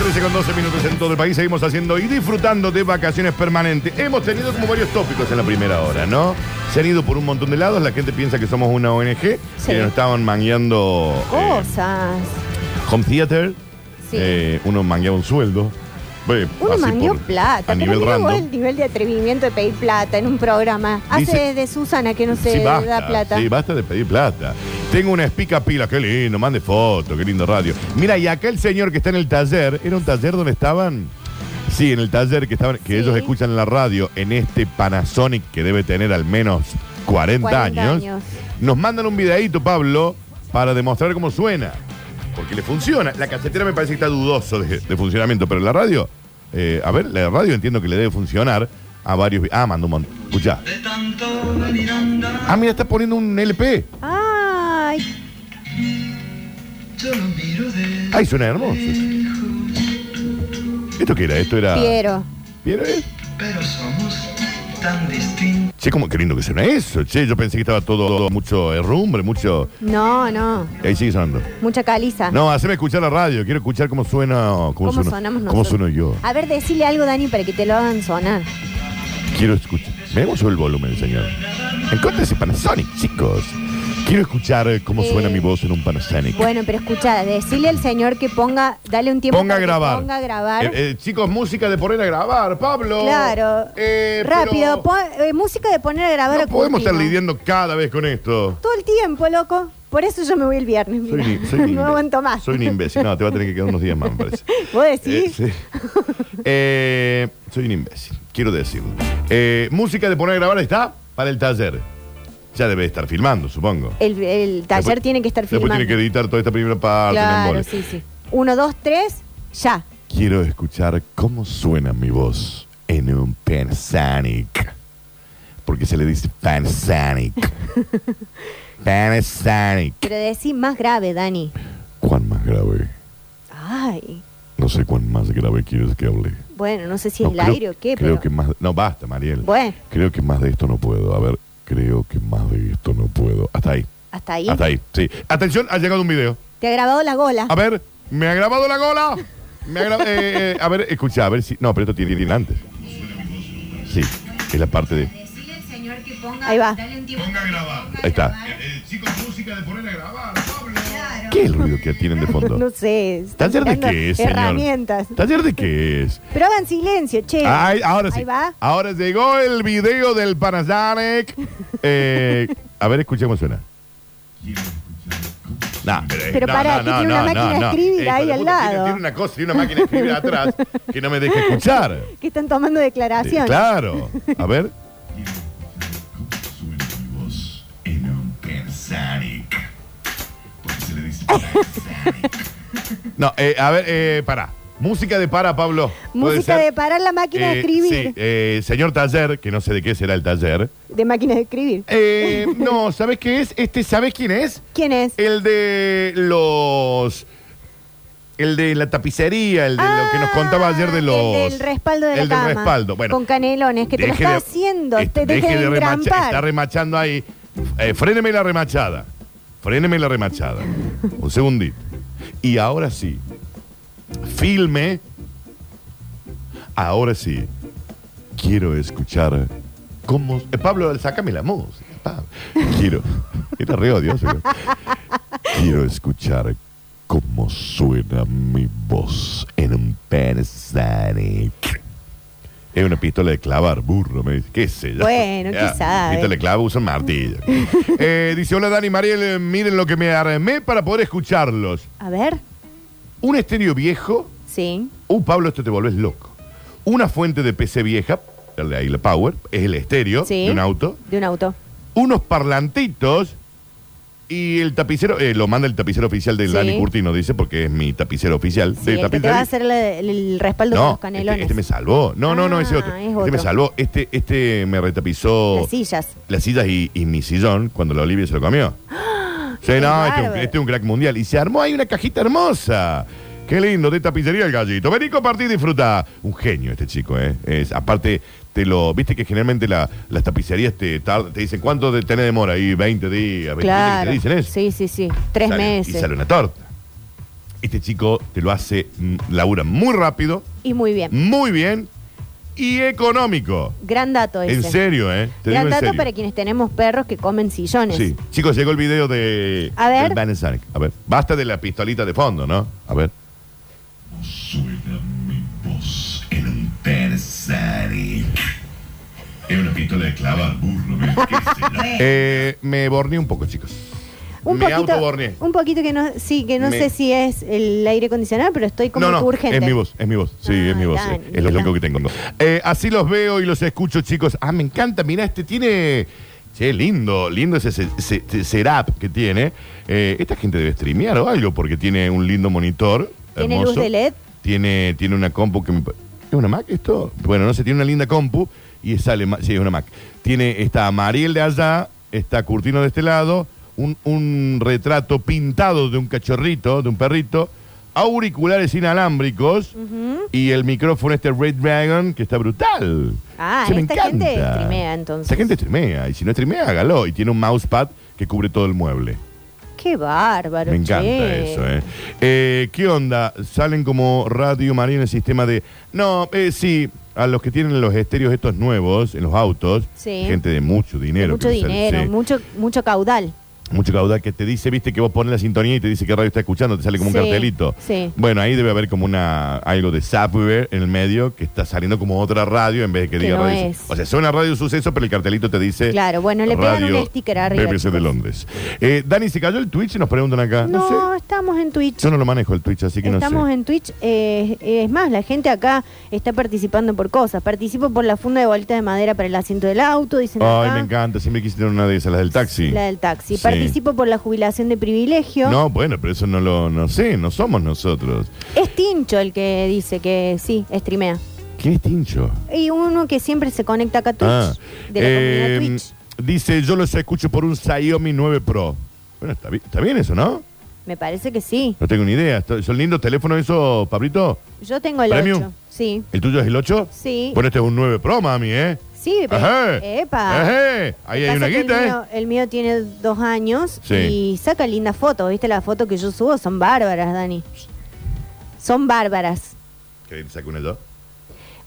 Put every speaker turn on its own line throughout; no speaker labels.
13 con 12 minutos en todo el país. Seguimos haciendo y disfrutando de vacaciones permanentes. Hemos tenido como varios tópicos en la primera hora, ¿no? Se han ido por un montón de lados. La gente piensa que somos una ONG.
Sí.
Que nos estaban mangueando eh,
Cosas.
home theater.
Sí.
Eh, uno mangueaba un sueldo. Eh,
Uno
así
mangueó
por-
plata.
A
Pero
nivel
mira vos
random.
el nivel de atrevimiento de pedir plata en un programa. Hace
Dice-
de Susana que no se
Sí, basta,
da plata.
Sí, basta de pedir plata. Tengo una espica pila, qué lindo, mande foto, qué lindo radio. Mira, y acá el señor que está en el taller, era un taller donde estaban. Sí, en el taller que estaban, que
Sí.
ellos escuchan la radio en este Panasonic que debe tener al menos 40,
40
años,
años.
Nos mandan un videito, Pablo, para demostrar cómo suena. Porque le funciona. La casetera me parece que está dudoso de, de funcionamiento, pero la radio, eh, a ver, la radio entiendo que le debe funcionar a varios. vi- Ah, manda un montón. Escuchá. Ah, mira, está poniendo un LP.
Ay,
Ay, suena hermoso. ¿Esto qué era? Esto era.
Piero.
¿Piero, eh?
Pero somos tan distintos.
Che, cómo qué lindo que suena eso. Che, yo pensé que estaba todo, todo mucho herrumbre, mucho.
No, no.
Ahí sigue sonando.
Mucha caliza.
No, haceme escuchar la radio. Quiero escuchar cómo suena. Cómo,
Ah. ¿Cómo
sueno-
sonamos
Cómo
nosotros?
sueno yo.
A ver, decile algo, Dani, para que te lo hagan sonar.
Quiero escuchar. Mirá cómo sube el volumen, señor. Encuéntrese Panasonic, chicos. Quiero escuchar eh, cómo
Eh,
suena mi voz en un Panasonic.
Bueno, pero escucha, decile al señor que ponga, dale un tiempo
Ponga a
para que
grabar.
Ponga a grabar.
Eh, eh, chicos, música de poner a grabar, Pablo.
claro.
Eh, pero
Rápido, pon- eh, música de poner a grabar.
No
a
podemos estar
Curtino.
lidiando cada vez con esto.
Todo el tiempo, loco. Por eso yo me voy el viernes.
Soy,
Mira.
ni- soy ni
no aguanto más.
Soy un imbécil. No, te va a tener que quedar unos días más, me parece.
¿Vos decís?
Eh, sí. Eh, soy un imbécil, quiero decirlo. Eh, música de poner a grabar está para el taller. Ya debe estar filmando, supongo.
El, el taller
Después-
tiene que estar
Después
Eh, filmando.
tiene que editar toda esta primera parte. un
Claro,
embole.
sí, sí. Uno, dos, tres, ya.
Quiero escuchar cómo suena mi voz en un Panasonic. Porque se le dice Panasonic. Panasonic.
Pero decís más grave, Dani.
¿Cuán más grave?
Ay,
No sé cuán más grave quieres que hable.
bueno, no sé si
No,
es el
creo-
aire o qué,
Creo
pero.
que más. No, basta, Mariel.
Bueno,
Creo que más de esto no puedo. A ver, creo que más de esto no puedo. Hasta ahí.
hasta ahí.
Hasta ahí, sí. Atención, ha llegado un video.
Te ha grabado la gola.
A ver, ¿me ha grabado la gola? Me ha grabado. Eh, a ver, escucha, a ver si. No, pero esto tiene, tiene antes. Sí, es la parte de.
Ahí va.
Ahí está. ¿Qué es el ruido que tienen de
No
fondo?
sé. están
¿Taller de
tirando
qué es, señor?
Herramientas.
¿Taller de qué es?
Pero hagan silencio, che.
Ay, ahora sí.
Ahí va.
Ahora llegó el video del Panasonic. Eh, a ver, escuchemos suena. Nah, eh,
Pero pará, que tiene una máquina de escribir ah.
hijo
ahí
de
al
puta, tiene-
lado.
Tiene una cosa, tiene una máquina de escribir Eh, atrás que no me deja escuchar.
Que están tomando declaraciones.
Eh, claro. A ver. No, eh, a ver, eh, pará. Música de para, Pablo. ¿Puede
Música
ser?
de parar la máquina de
Eh,
escribir.
sí, eh, señor Taller, que no sé de qué será el taller.
De máquina de escribir.
Eh, no, ¿sabes qué es? Este, ¿sabes quién es?
¿Quién es?
El de los. El de la tapicería, el de lo que nos contaba ayer de los.
Ah, El del respaldo de la
el del
cama.
respaldo. Bueno,
Con canelones, que te lo
deje
está
de-
haciendo.
es-
te deje, de
remacha- Está
entrampar.
remachando ahí. Eh, fréneme la remachada. Fréneme la remachada. Un segundito. Y ahora sí. Filme. Ahora sí. Quiero escuchar cómo. eh, Pablo, sácame la música. Pablo. Quiero. Era re odioso. ¿no? Quiero escuchar cómo suena mi voz en un Panasonic. Es una pistola de clavar, burro, me dice. ¿Qué sé yo?
Bueno,
Ya,
¿qué sabe?
Pistola de clavar, usa un martillo. Eh, dice, hola Dani Mariel, eh, miren lo que me armé para poder escucharlos.
A ver.
Un estéreo viejo.
Sí.
Uh, Pablo, esto te volvés loco. Una fuente de PC vieja, dale ahí la power, es el estéreo
Sí.
de un auto
De un auto.
unos parlantitos y el tapicero, eh, lo manda el tapicero oficial de
Sí.
Dani Curtino, dice, porque es mi tapicero oficial.
Sí,
de
el que te
tapicería.
va a hacer la- el, el respaldo de
no,
los
este,
canelones.
este me salvó. No, no, no, ese
Ah,
otro.
es
Este me
otro.
salvó. Este, este me retapizó
Las sillas.
las sillas y, y mi sillón cuando la Olivia se lo comió. Sí, no, este, es
qué
un-
bárbaro.
este es un crack mundial. Y se armó ahí una cajita hermosa. Qué lindo, de tapicería el gallito. Vení, compartí, disfruta. Un genio este chico, ¿eh? Es, aparte, te lo. Viste que generalmente la- las tapicerías te, tar- te dicen, ¿cuánto de tenés demora? Ahí, 20 días, 20 días.
Claro.
Te dicen eso.
Sí, sí, sí. Tres
Sale- Y
meses.
sale una torta. Este chico te lo hace, mm, labura muy rápido,
Y muy bien.
muy bien y económico.
Gran dato ese.
En serio, ¿eh? Te
Gran
digo en
dato
serio.
para quienes tenemos perros que comen sillones.
Sí. Chicos, llegó el video de...
A ver.
del Van Sonic. A ver. Basta de la pistolita de fondo, ¿no? A ver.
Suena mi voz en un Persaric. Es una pistola de clavar, burro, ¿ves? ¿Qué se la-
Eh, me borneé un poco, chicos.
Ah, Un
me
poquito,
autoborneé.
un poquito que no, sí, que no
Me-
sé si es el aire acondicionado, pero estoy como
No, no,
urgente.
es mi voz, es mi voz. Sí,
Ah,
es mi voz.
Dani,
eh, es lo
mira.
único que tengo. Eh, así los veo y los escucho, chicos. Ah, me encanta. Mira, este tiene. Che, lindo, lindo ese se- se- se- setup que tiene. Eh, esta gente debe streamear o algo porque tiene un lindo monitor.
Tiene
hermoso.
luz de E LED.
Tiene, tiene una compu que me pa- ¿Es una Mac esto? Bueno, no sé, tiene una linda compu y sale. ma- Sí, es una Mac. Tiene, está Mariel de allá, está Curtino de este lado, un, un retrato pintado de un cachorrito, de un perrito, auriculares inalámbricos y el micrófono este Red Dragon que está brutal.
Ah,
Se me
esta gente
encanta.
streamea, entonces.
Esta gente streamea y si no streamea, hágalo. Y tiene un mousepad que cubre todo el mueble.
Qué bárbaro.
Me encanta
che.
eso, ¿eh? Eh, ¿Qué onda? Salen como Radio María en el sistema de... No, eh, sí, a los que tienen los estéreos estos nuevos en los autos,
Sí.
gente de mucho dinero.
mucho
que usa el-
dinero,
sí,
mucho, mucho caudal.
mucho caudal que te dice, viste, que vos pones la sintonía y te dice qué radio está escuchando, te sale como
Sí,
un cartelito.
sí.
Bueno, ahí debe haber como una algo de Subway en el medio que está saliendo como otra radio en vez de que,
Que
diga
no
radio.
es.
O sea, suena radio suceso, pero el cartelito te dice.
Claro, bueno, le pegan
Radio
un sticker arriba,
BBC de
chicos.
Londres. Eh, Dani, ¿se cayó el Twitch? Nos preguntan acá.
No,
sé.
estamos en Twitch.
Yo no lo manejo el Twitch, así que
Estamos
no sé.
en Twitch. eh, eh, es más, la gente acá está participando por cosas. Participo por la funda de bolita de madera para el asiento del auto, dicen
Ay,
acá.
me encanta, siempre quisieron una de esas, las del taxi.
La del taxi.
Sí.
Participo por la jubilación de privilegio.
No, bueno, pero eso no lo no sé, no somos nosotros.
Es Tincho el que dice que sí, streamea.
¿Qué es Tincho?
Y uno que siempre se conecta acá a Twitch.
Ah,
de la
eh,
comunidad Twitch.
Dice, yo los escucho por un Xiaomi 9 Pro. Bueno, está, bi- está bien eso, ¿no?
Me parece que sí.
No tengo ni idea. Esto- ¿Son lindos teléfonos eso, Pablito?
Yo tengo el
Premium.
8. Sí.
¿El tuyo es el 8?
Sí.
Bueno, este es un 9 Pro, mami, ¿eh?
Sí, pero-
Ajá.
Epa.
Ajá. Ahí hay
Pasa
una
que
guita,
el
¿eh?
mío, el mío tiene dos años
Sí.
y saca lindas fotos. ¿Viste las fotos que yo subo? Son bárbaras, Dani. Son bárbaras.
¿Querés que saque una yo?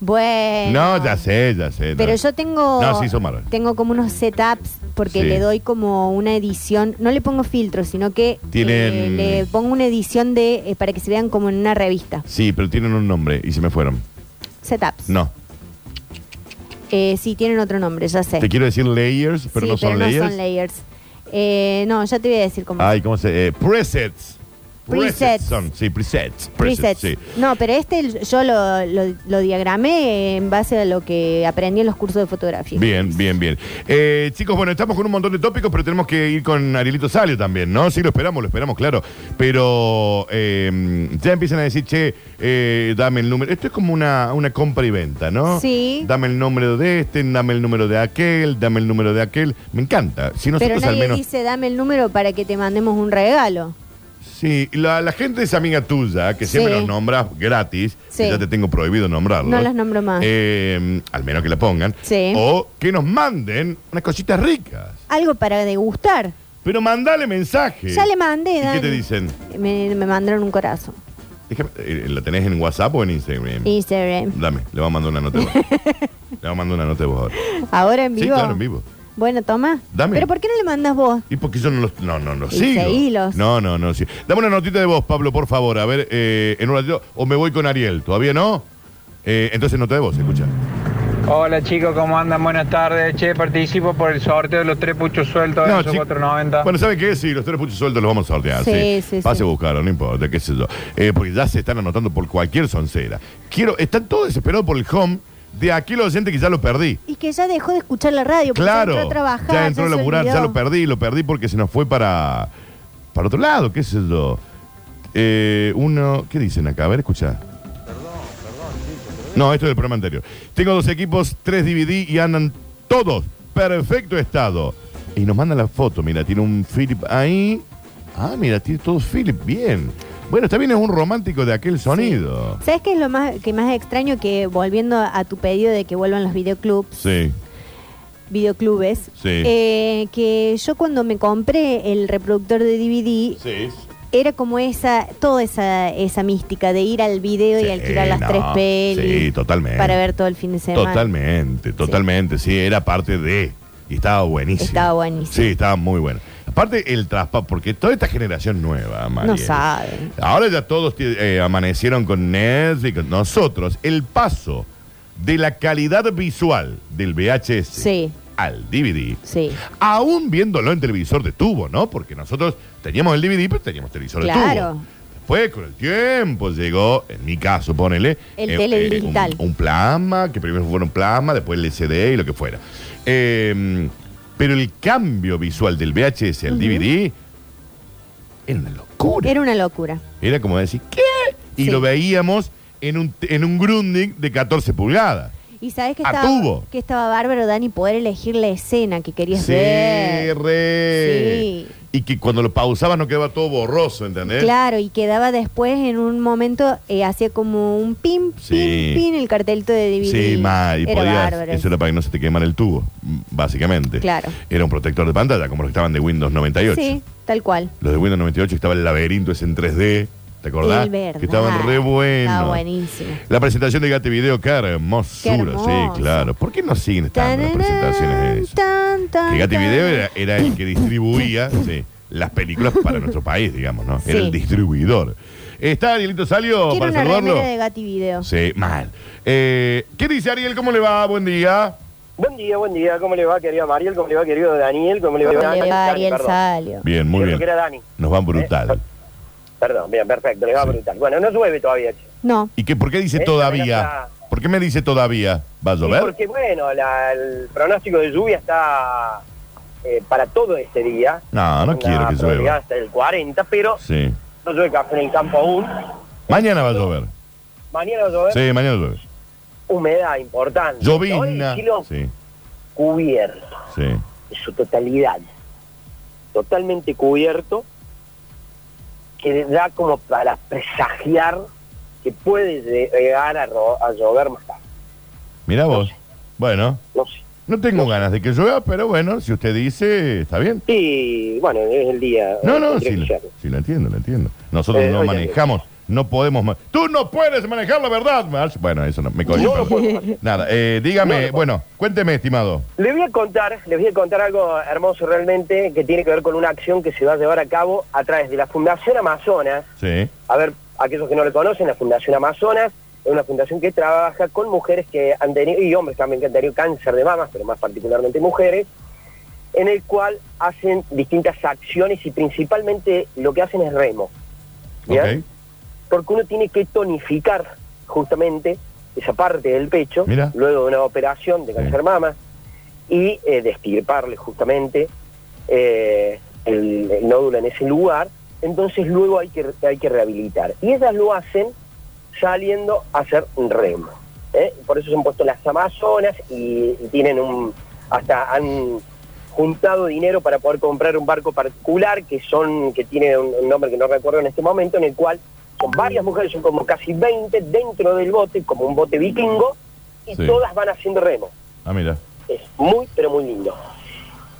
Bueno.
no, ya sé, ya sé.
Eh, Pero
no.
yo tengo.
No, sí, son bárbaras.
Tengo como unos setups porque
Sí.
le doy como una edición. No le pongo filtro, sino que.
Tienen-
eh, le pongo una edición de eh, para que se vean como en una revista.
Sí, pero tienen un nombre y se me fueron.
Setups.
No.
Eh, sí, tienen otro nombre, ya sé.
Te quiero decir layers, pero,
Sí,
no, son
pero
layers.
no son layers. Eh, no, ya te voy a decir cómo.
Ay, ¿cómo se eh, Presets.
Presets.
son, sí, presets.
Presets.
sí.
No, pero este el- yo lo, lo- lo diagramé en base a lo que aprendí en los cursos de fotografía.
Bien, bien, bien. Eh, chicos, bueno, estamos con un montón de tópicos, pero tenemos que ir con Arielito Salio también, ¿no? Sí, lo esperamos, lo esperamos, claro. Pero eh, ya empiezan a decir, che, eh, dame el número. Esto es como una, una compra y venta, ¿no?
Sí.
Dame el número de este, dame el número de aquel, dame el número de aquel. Me encanta. Si
Pero
nosotros
nadie
al menos.
dice, dame el número para que te mandemos un regalo.
Sí, la, la gente es amiga tuya, que siempre
Sí.
los nombras gratis,
Sí.
que ya te tengo prohibido nombrarlos.
No los nombro más.
Eh, al menos que la pongan.
Sí.
O que nos manden unas cositas ricas.
Algo para degustar.
Pero mandale mensaje.
Ya le mandé,
¿Y
Dani.
qué te dicen?
Me, me mandaron un corazón.
Déjame, eh, ¿La tenés en WhatsApp o en Instagram?
Instagram.
Dame, le voy a mandar una nota de voz. le voy a mandar una nota de voz ahora.
Ahora en
Sí,
vivo.
claro, en vivo.
Bueno, toma.
Dame.
Pero ¿por qué no le mandas vos?
Y porque yo no los, no, no, los
Y
sigo.
seguilos.
No, no, no. sí. Dame una notita de voz, Pablo, por favor. A ver, eh, en un ratito. O me voy con Ariel. ¿Todavía no? Eh, entonces nota de voz, escucha.
Hola chicos, ¿cómo andan? Buenas tardes. Che, participo por el sorteo de los tres puchos sueltos de esos
chico-
490.
Bueno, ¿saben qué? Sí, los tres puchos sueltos los vamos a sortear. Sí,
Sí,
sí,
sí,
Pase
sí.
a buscarlo, no importa, qué sé yo. Eh, porque ya se están anotando por cualquier soncera. Quiero, están todos desesperados por el home de aquel oyente que ya lo perdí.
Y que ya dejó de escuchar la radio. porque
Claro.
Ya entró a trabajar.
ya entró a
se
laburar, ya
olvidó.
lo perdí, lo perdí porque se nos fue para, para otro lado, qué sé yo. Eh, uno, ¿qué dicen acá? A ver, escucha. No, esto es del programa anterior. Tengo dos equipos, tres DVD y andan todos. Perfecto estado. Y nos manda la foto, mira, tiene un Philip ahí. Ah, mira, tiene todos Philip, bien. Bueno, también es un romántico de aquel sonido.
¿Sabes qué es lo más, que más extraño? Que volviendo a tu pedido de que vuelvan los videoclubs,
Sí.
videoclubes,
Sí.
eh, que yo cuando me compré el reproductor de DVD,
Sí.
era como esa, toda esa, esa mística de ir al video y
Sí,
alquilar las
Eh, no,
tres pelis.
sí, totalmente.
Para ver todo el fin de semana.
Totalmente, totalmente, sí. era parte de. Y estaba buenísimo.
Estaba buenísimo.
Sí, estaba muy bueno. Aparte el traspaso, porque toda esta generación nueva, Mariel,
No saben.
Ahora ya todos eh, amanecieron con Netflix, con nosotros. El paso de la calidad visual del VHS
Sí.
al DVD,
Sí.
aún viéndolo en televisor de tubo, ¿no? Porque nosotros teníamos el DVD, pero teníamos televisor de
Claro.
tubo. Después, con el tiempo, llegó, en mi caso, ponele... eh,
El tele digital.
un, un plasma, que primero fueron plasma, después el CD y lo que fuera. Eh, pero el cambio visual del VHS al DVD era una locura.
Era una locura.
Era como decir, ¿qué? Y
Sí.
lo veíamos en un, en un Grundig de 14 pulgadas.
Y sabes que
A
estaba,
tubo.
que estaba bárbaro, Dani, poder elegir la escena que querías ver.
re.
Sí.
Y que cuando lo pausabas no quedaba todo borroso, ¿entendés?
Claro, y quedaba después en un momento, eh, hacía como un pin,
Sí.
pin, pin el cartelito de DVD.
Sí, ma, y
Era
podías.
bárbaro.
Eso era para que no se te quemara el tubo, m- básicamente.
Claro.
Era un protector de pantalla, como los que estaban de Windows 98.
Sí, tal cual.
Los de Windows 98 estaba el laberinto ese en 3D. ¿Te acordás?
El verde. Ah,
Que estaban re buenos.
Estaba buenísimo.
La presentación de Gate Video, qué hermosura.
Qué hermoso.
Sí, claro. ¿Por qué no siguen estando las
Tananán,
presentaciones de eso?
tan, tan,
Que Gatti
tan.
Video era, era el que distribuía sí, las películas para nuestro país, digamos, ¿no? Era
Sí.
el distribuidor. ¿Está Arielito Salio
Quiero
para
una
saludarlo?
remera de Gatti Video.
Sí, mal. Eh, ¿Qué dice Ariel? ¿Cómo le va? Buen día.
Buen día, buen día. ¿Cómo le va, querido Mariel? ¿Cómo le va, querido Daniel? ¿Cómo le va,
Dale,
Dani,
Ariel
perdón.
Salio.
Bien, muy
Creo
bien.
que era Dani.
Nos van brutal.
Perdón, bien, perfecto. Le va brutal. Bueno, no llueve todavía. che.
No,
¿Y qué, por qué dice
Esta
todavía?
amenaza-
¿Por qué me dice todavía? ¿Va a
¿Eh? Sí,
llover?
porque, bueno, la- el pronóstico de lluvia está eh, para todo este día.
No, no
Una
quiero que
probabilidad
llueva.
Hasta el 40, pero
Sí.
no llueve café en el campo aún.
Mañana va a llover.
Mañana va a llover.
Sí, mañana llueve.
Humedad importante. Hoy el
Llovina.
cielo
Sí,
cubierto.
sí.
en su totalidad, totalmente cubierto, que da como para presagiar que puede llegar a, ro- a llover más tarde.
Mirá vos. Bueno,
No sé.
no tengo ganas de que llueva, pero bueno, si usted dice, está bien.
Y bueno, es el día.
No,
eh,
no,
tendría
sí,
que
lo-
ser.
sí, lo entiendo, lo entiendo. Nosotros
Eh,
no
oye,
manejamos, no podemos... ma- Tú no puedes manejar la verdad, March. Bueno, eso no, me coño.
No lo puedo
Nada, eh, dígame, bueno, cuénteme, estimado.
Les voy a contar, les voy a contar algo hermoso realmente que tiene que ver con una acción que se va a llevar a cabo a través de la Fundación Amazonas.
Sí,
A ver, aquellos que no lo conocen, la Fundación Amazonas es una fundación que trabaja con mujeres que han tenido, y hombres también que han tenido cáncer de mamas, pero más particularmente mujeres, en el cual hacen distintas acciones y principalmente lo que hacen es remo. ¿bien?
ok.
Porque uno tiene que tonificar justamente esa parte del pecho,
Mira.
luego de una operación de cáncer mama, y eh, destirparle justamente eh, el, el nódulo en ese lugar, entonces luego hay que, hay que rehabilitar. Y ellas lo hacen saliendo a hacer remo. ¿eh? Por eso se han puesto las Amazonas y, y tienen un... hasta han juntado dinero para poder comprar un barco particular que son que tiene un, un nombre que no recuerdo en este momento en el cual son varias mujeres son como casi 20 dentro del bote como un bote vikingo y
Sí.
todas van haciendo remo
Ah, mira.
es muy, pero muy lindo.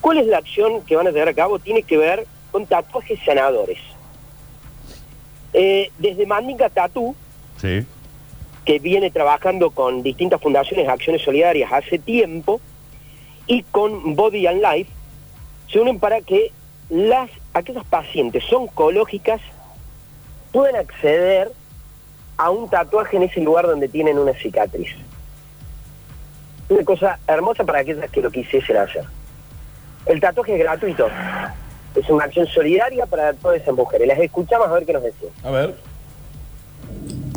¿Cuál es la acción que van a llevar a cabo? Tiene que ver con tatuajes sanadores. Eh, desde Mandinga Tattoo,
Sí,
que viene trabajando con distintas fundaciones, acciones solidarias hace tiempo, y con Body and Life, se unen para que las, aquellas pacientes oncológicas puedan acceder a un tatuaje en ese lugar donde tienen una cicatriz. Una cosa hermosa para aquellas que lo quisiesen hacer. El tatuaje es gratuito. Es una acción solidaria para todas esas mujeres. Las escuchamos a ver qué nos decían.
a ver.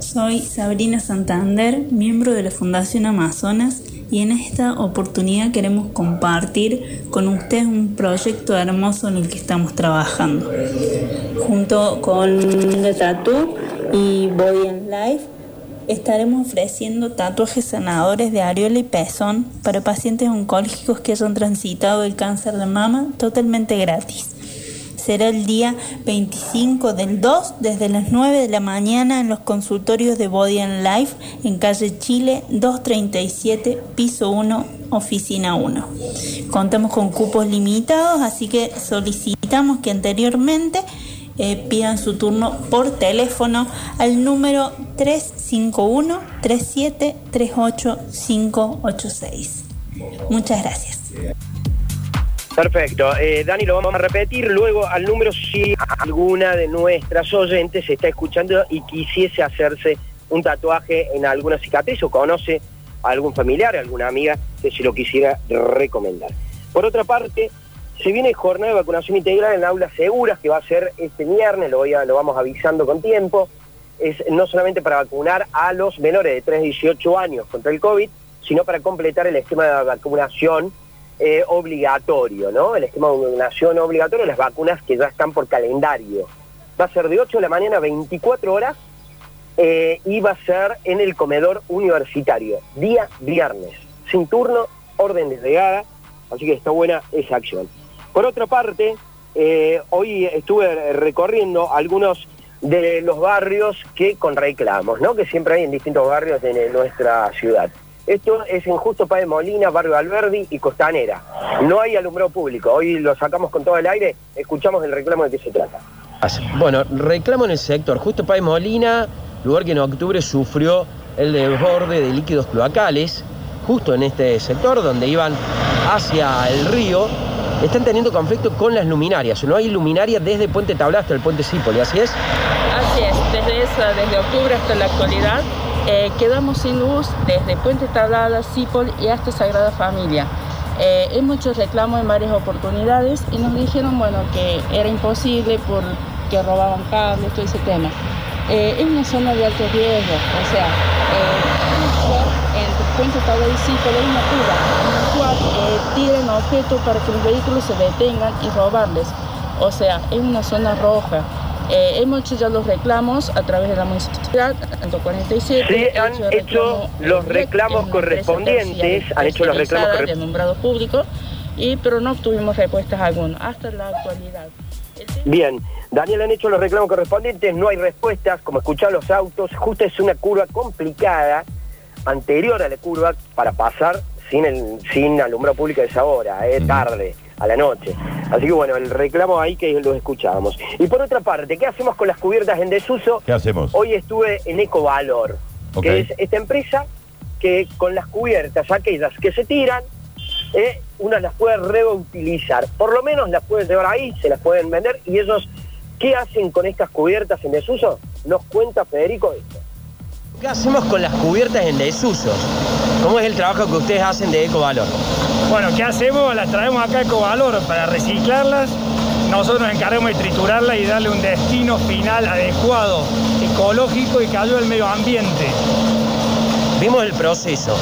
Soy Sabrina Santander, miembro de la Fundación Amazonas, y en esta oportunidad queremos compartir con ustedes un proyecto hermoso en el que estamos trabajando. Junto con The Tattoo y Body and Life, estaremos ofreciendo tatuajes sanadores de areola y pezón para pacientes oncológicos que hayan transitado el cáncer de mama totalmente gratis. Será el día 25 del 2 desde las 9 de la mañana en los consultorios de Body and Life en calle Chile 237, piso 1, oficina 1. Contamos con cupos limitados, así que solicitamos que anteriormente eh, pidan su turno por teléfono al número 351-3738-586. Muchas gracias.
Perfecto. Eh, Dani, lo vamos a repetir luego al número si alguna de nuestras oyentes está escuchando y quisiese hacerse un tatuaje en alguna cicatriz o conoce a algún familiar, a alguna amiga que se lo quisiera recomendar. Por otra parte, se viene jornada de vacunación integral en aulas seguras que va a ser este viernes, lo, voy a- lo vamos avisando con tiempo. Es no solamente para vacunar a los menores de 3 a 18 años contra el COVID, sino para completar el esquema de vacunación eh, obligatorio, ¿no? El esquema de vacunación obligatorio, las vacunas que ya están por calendario. Va a ser de 8 de la mañana a 24 horas eh, y va a ser en el comedor universitario, día viernes, sin turno, orden de llegada, así que está buena esa acción. Por otra parte, eh, hoy estuve recorriendo algunos de los barrios que con reclamos, ¿no? que siempre hay en distintos barrios de ne- nuestra ciudad. Esto es en Justo Páez Molina, Barrio Alberdi y Costanera. No hay alumbrado público. Hoy lo sacamos con todo el aire, escuchamos el reclamo de qué se trata.
Bueno, reclamo en el sector. Justo Páez Molina, lugar que en octubre sufrió el desborde de líquidos cloacales, justo en este sector donde iban hacia el río, están teniendo conflicto con las luminarias. No hay luminaria desde Puente Tabla hasta el Puente Cipoli, así es.
Así es, desde, esa- desde octubre hasta la actualidad eh, quedamos sin luz desde Puente Tablada, Cipol y hasta Sagrada Familia. Eh, hay muchos reclamos en varias oportunidades y nos dijeron bueno, que era imposible porque robaban cables, todo ese tema. Eh, es una zona de alto riesgo, o sea, eh, entre Puente Tablada y Cipol hay una curva en la cual eh, tiran objetos para que los vehículos se detengan y robarles. O sea, es una zona roja. Eh, hemos hecho ya los reclamos a través de la municipalidad, tanto 47.
Sí, han
el
hecho los reclamos
en una empresa
correspondientes, han hecho los reclamos
especializada
corre-
de alumbrado público, y, pero no obtuvimos respuestas alguna hasta la actualidad. El tema-
Bien, Daniel, han hecho los reclamos correspondientes, no hay respuestas, como escuchar los autos, justo es una curva complicada, anterior a la curva, para pasar sin, el, sin alumbrado público de esa hora, eh, tarde, a la noche. Así que bueno, el reclamo ahí que los escuchábamos. Y por otra parte, ¿qué hacemos con las cubiertas en desuso?
¿Qué hacemos?
Hoy estuve en Ecovalor,
Ok.
que es esta empresa que con las cubiertas, aquellas que se tiran, eh, uno las puede reutilizar. Por lo menos las pueden llevar ahí, se las pueden vender. ¿Y ellos qué hacen con estas cubiertas en desuso? Nos cuenta Federico esto.
¿Qué hacemos con las cubiertas en desuso? ¿Cómo es el trabajo que ustedes hacen de Ecovalor?
Bueno, ¿qué hacemos? Las traemos acá a Ecovalor para reciclarlas. Nosotros nos encargamos de triturarlas y darle un destino final adecuado, ecológico y que ayude al medio ambiente.
Vimos el proceso.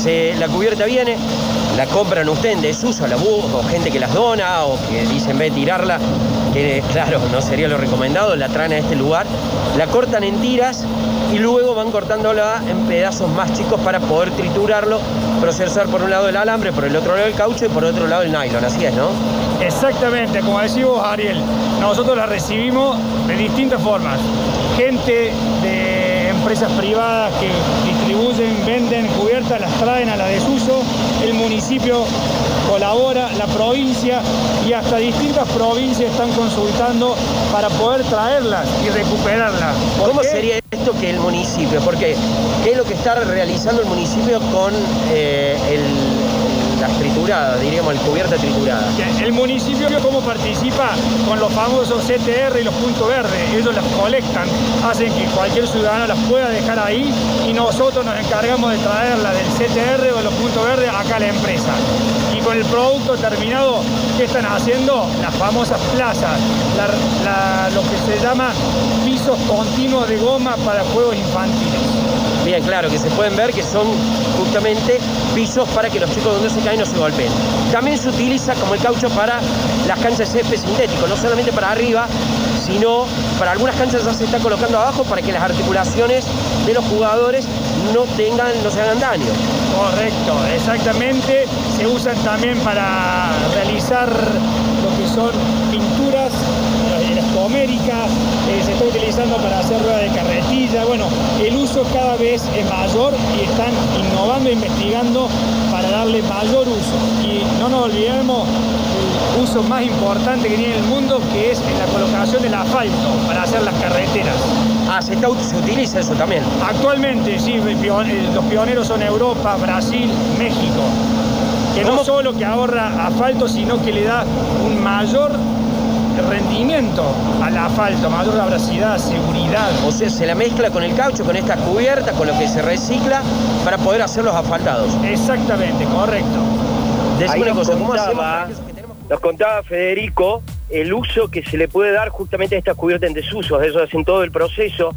Se- la cubierta viene, la compran ustedes en desuso, la bus, o gente que las dona, o que dicen ve tirarla, que claro, no sería lo recomendado, la traen a este lugar, la cortan en tiras y luego van cortándola en pedazos más chicos para poder triturarlo, procesar por un lado el alambre, por el otro lado el caucho y por otro lado el nylon, así es, ¿no?
Exactamente, como decimos Ariel, nosotros las recibimos de distintas formas. Gente de empresas privadas que distribuyen, venden cubiertas, las traen a la desuso, el municipio colabora, la provincia y hasta distintas provincias están consultando para poder traerlas y recuperarlas. ¿Por
¿Cómo
qué?
sería esto que el municipio? Porque, ¿qué es lo que está realizando el municipio con eh, el- las trituradas, diríamos, el cubierta triturada?
Que El municipio cómo participa con los famosos CTR y los puntos verdes. Ellos las colectan, hacen que cualquier ciudadano las pueda dejar ahí y nosotros nos encargamos de traerlas del CTR o de los puntos verdes acá a la empresa. Y con el producto terminado, ¿qué están haciendo? Las famosas plazas, la- la- lo que se llama pisos continuos de goma para juegos infantiles.
Bien, claro, que se pueden ver que son justamente pisos para que los chicos donde se caen no se golpeen. También se utiliza como el caucho para las canchas de césped sintético, no solamente para arriba, sino para algunas canchas ya se está colocando abajo para que las articulaciones de los jugadores no tengan, no se hagan daño.
Correcto, exactamente. Se usan también para realizar lo que son pinturas eh, las coméricas, eh, se está utilizando para hacer ruedas de carretilla. Bueno, el uso cada vez es mayor y están innovando, investigando para darle mayor uso. Y no nos olvidemos, el uso más importante que tiene el mundo, que es en la colocación del asfalto para hacer las carreteras.
Ah, se, está- se utiliza eso también.
Actualmente, sí, el pio- eh, los pioneros son Europa, Brasil, México, que no solo que ahorra asfalto, sino que le da un mayor rendimiento al asfalto, mayor abrasidad, seguridad.
O sea, se la mezcla con el caucho, con estas cubiertas, con lo que se recicla para poder hacer los asfaltados.
Exactamente, correcto.
Decime
Ahí
una
nos
cosa, ¿cómo hacemos
contaba-
para que eso que tenemos?
Nos contaba Federico el uso que se le puede dar justamente a estas cubiertas en desuso. Eso hacen todo el proceso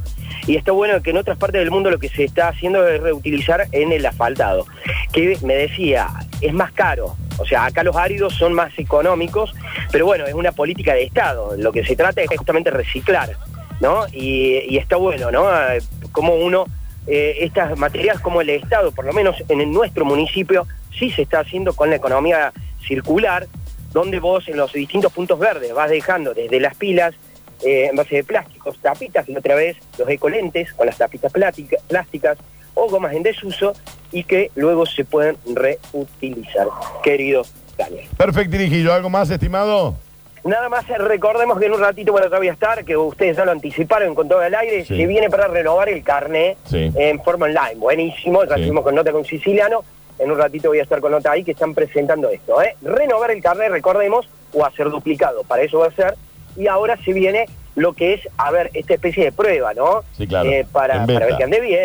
y está bueno que en otras partes del mundo lo que se está haciendo es reutilizar en el asfaltado. Que me decía, es más caro. O sea, acá los áridos son más económicos, pero bueno, es una política de Estado. Lo que se trata es justamente reciclar, ¿no? Y, y está bueno, ¿no? Ah, Cómo uno, eh, estas materias como el Estado, por lo menos en el- nuestro municipio, sí se está haciendo con la economía circular, donde vos en los distintos puntos verdes vas dejando desde las pilas, eh, envases de plásticos, tapitas, y otra vez los ecolentes con las tapitas plática- plásticas o gomas en desuso y que luego se pueden reutilizar, querido Daniel.
Perfecto, Dirijillo. ¿Algo más, estimado?
Nada más eh, recordemos que en un ratito, bueno, ya voy a estar, que ustedes ya lo anticiparon con todo el aire,
Sí.
se viene para renovar el carné
Sí.
en forma online. Buenísimo, ya
Sí.
estuvimos con Nota con Siciliano, en un ratito voy a estar con Nota ahí que están presentando esto. ¿eh? Renovar el carné, recordemos, o hacer duplicado, para eso va a ser. Y ahora se viene lo que es, a ver, esta especie de prueba, ¿no?
Sí, claro,
Eh, para,
en
para ver
beta.
que ande bien,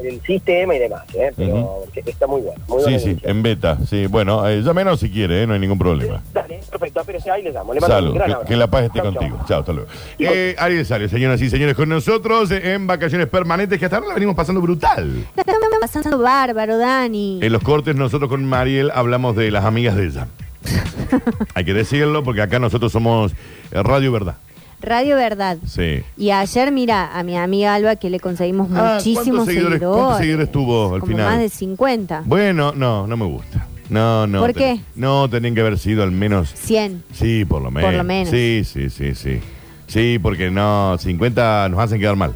Sí.
el sistema y demás, ¿eh? Pero
Ujú.
que está muy bueno. Muy
Sí,
buena
sí,
noticia.
en beta. Sí, bueno, eh, llámenos si quiere, eh, no hay ningún problema.
Dale, perfecto, espérese ahí, le damos. Le mando
Salud,
un gran
que,
abrazo.
que la paz esté
Chau, chau.
contigo. Chao, hasta luego. Eh, Ariel Sales, señoras y señores, con nosotros eh, en vacaciones permanentes, que hasta ahora la venimos pasando brutal.
La estamos pasando bárbaro, Dani.
En los cortes, nosotros con Mariel hablamos de las amigas de ella. hay que decirlo, porque acá nosotros somos eh, Radio Verdad.
Radio Verdad.
Sí.
Y ayer, mira, a mi amiga Alba que le conseguimos
Ah,
muchísimos
¿cuántos seguidores-
seguidores.
cuántos seguidores tuvo al
Como
final?
Más de 50.
Bueno, no, no me gusta. No, no.
¿Por
ten-
qué?
No, tenían que haber sido al menos
100.
Sí, por lo menos.
lo menos.
Sí, sí, sí, sí. Sí, porque no, 50 nos hacen quedar mal.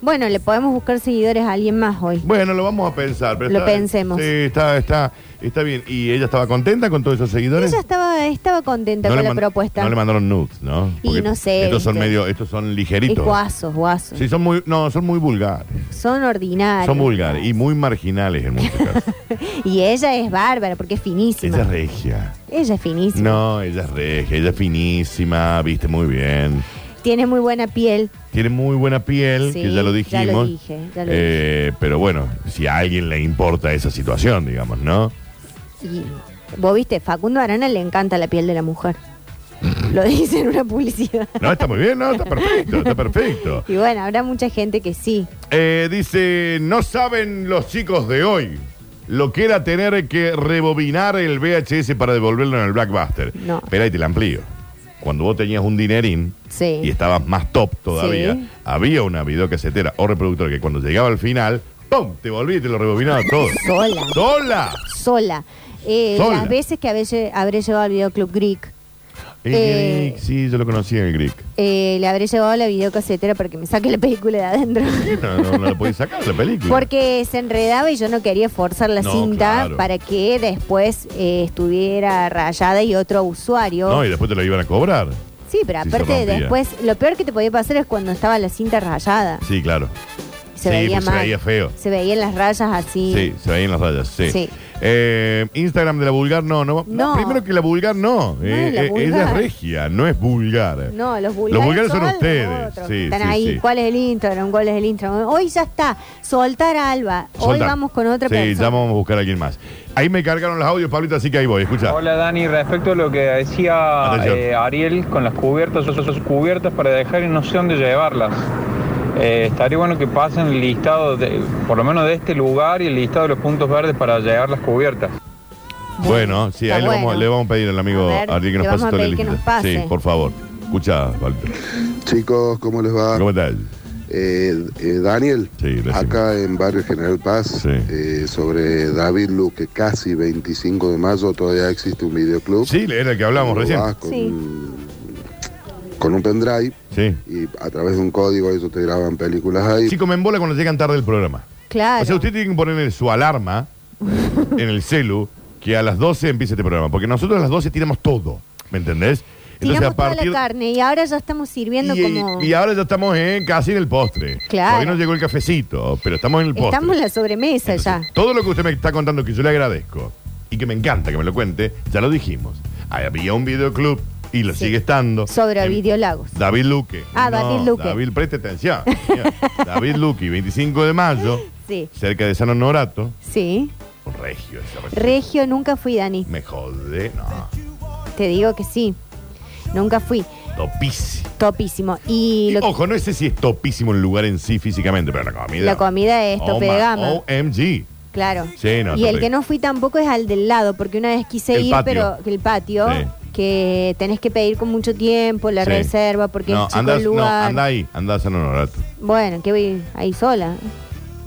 Bueno, le podemos buscar seguidores a alguien más hoy.
Bueno, lo vamos a pensar. Pero
Lo
está-
pensemos.
Sí, está, está, está bien. ¿Y ella estaba contenta con todos esos seguidores?
Ella estaba, estaba contenta
¿eh? No le
con la
mand-
propuesta.
No le mandaron nudes, ¿no?
Y no sé,
Estos son
viste.
medio, estos son
y
ligeritos.
guasos, guasos.
Sí, son muy, no, son muy vulgares.
Son ordinarios.
Son vulgares y muy marginales en muchos casos.
Y ella es bárbara porque es finísima.
ella es regia.
Ella es finísima.
No, ella es regia, ella es finísima, viste muy bien.
Tiene muy buena piel.
Tiene muy buena piel,
Sí,
que ya lo
ya
dijimos.
lo dije, ya lo
Eh, Pero bueno, si a alguien le importa esa situación, digamos, ¿no?
Y vos viste, Facundo Arana le encanta la piel de la mujer. lo dice en una publicidad.
No, está muy bien, no, está perfecto, está perfecto.
Y bueno, habrá mucha gente que sí.
Eh, dice, no saben los chicos de hoy lo que era tener que rebobinar el VHS para devolverlo en el Blackbuster.
No.
Pero ahí te la amplío. Cuando vos tenías un dinerín
Sí.
y estabas más top todavía,
Sí.
había una videocasetera o reproductora que cuando llegaba al final, ¡pum! Te volví y te lo rebobinaba todo.
Sola.
¡Sola!
Sola. Eh,
Sola.
Las veces que habré, habré llevado al videoclub Greek,
El
Eh,
Greek, sí, yo lo conocí en el Greek.
eh, le habré llevado la videocasetera para que me saque la película de adentro.
No, no, no lo podía sacar la película.
Porque se enredaba y yo no quería forzar la
No,
cinta
claro.
para que después eh, estuviera rayada y otro usuario.
No, y después te lo iban a cobrar.
sí, pero
sí se
aparte
rompía.
después, lo peor que te podía pasar es cuando estaba la cinta rayada.
Sí, claro.
Se
sí,
veía
porque se
mal.
veía feo.
Se veían las rayas así.
Sí, se veían las rayas, sí.
Sí.
Eh, Instagram de la vulgar, no, no,
No.
Primero que la vulgar, no. Eh,
la
eh,
vulgar.
Ella es regia, no es vulgar.
No, los vulgares,
Los vulgares son
los
ustedes.
otros.
Sí,
Están
sí,
ahí.
sí.
¿Cuál es el Instagram? ¿Cuál es el Instagram? Hoy ya está. Soltar a Alba. Hoy
Soltar.
vamos con otra
sí,
persona.
ya vamos a buscar a alguien más. Ahí me cargaron los audios, Pablito, así que ahí voy, escucha.
Hola Dani, respecto a lo que decía
Atención.
eh, Ariel con las cubiertas, esas esas cubiertas para dejar y no sé dónde llevarlas. Eh, estaría bueno que pasen el listado, de, por lo menos de este lugar y el listado de los puntos verdes para llevar las cubiertas.
Bueno, sí,
Está
ahí le vamos-
bueno.
le, vamos, a pedir al amigo
A ver,
Ariel que nos
le vamos
pase
a
todo el
pedir que
lista.
nos pase.
Sí, por favor. Escucha, Pablito.
Chicos, ¿cómo les va?
¿Cómo estás?
Eh, eh, Daniel,
Sí, decime.
acá en Barrio General Paz,
Sí.
eh, sobre David Luque, casi 25 de mayo, todavía existe un videoclub.
Sí, era el que hablamos
Vos
recién.
vas Con,
Sí.
con un pendrive
Sí.
y a través de un código ellos te graban películas ahí.
Chicos, me embola cuando llegan tarde el programa.
Claro.
O sea, usted tiene que ponerle su alarma en el celu que a las 12 empiece este programa, porque nosotros a las 12 tiramos todo. ¿Me entendés?
Tiramos toda la carne y ahora ya estamos sirviendo
y,
como...
y ahora ya estamos en- casi en el postre.
Claro.
Todavía no llegó el cafecito, pero estamos en el postre.
Estamos en la sobremesa ya.
Todo lo que usted me está contando que yo le agradezco y que me encanta que me lo cuente, ya lo dijimos. Ahí había un videoclub y lo
Sí.
sigue estando.
Sobre
En-
Videolagos.
David Luque.
Ah, David Luque.
David, preste atención. señor. David Luque, 25 de mayo,
Sí,
cerca de San Honorato.
sí.
Un regio ese regio.
Regio nunca fui, Dani.
Me jode, no.
Te digo que sí. Nunca fui.
Topísimo.
Topísimo. Y lo que-
Ojo, no sé si es topísimo el lugar en sí físicamente, pero la comida.
la comida es tope
Oh,
de
ma-
gama.
OMG.
Claro.
Sí, no,
y
está
el que
rico.
no fui tampoco es al del lado, porque una vez quise
El
ir,
patio.
pero que el patio,
Sí.
que tenés que pedir con mucho tiempo la
Sí.
reserva, porque
no,
es chico
andas,
el
no,
lugar.
anda ahí, anda a San Honorato.
Bueno, que voy ahí sola.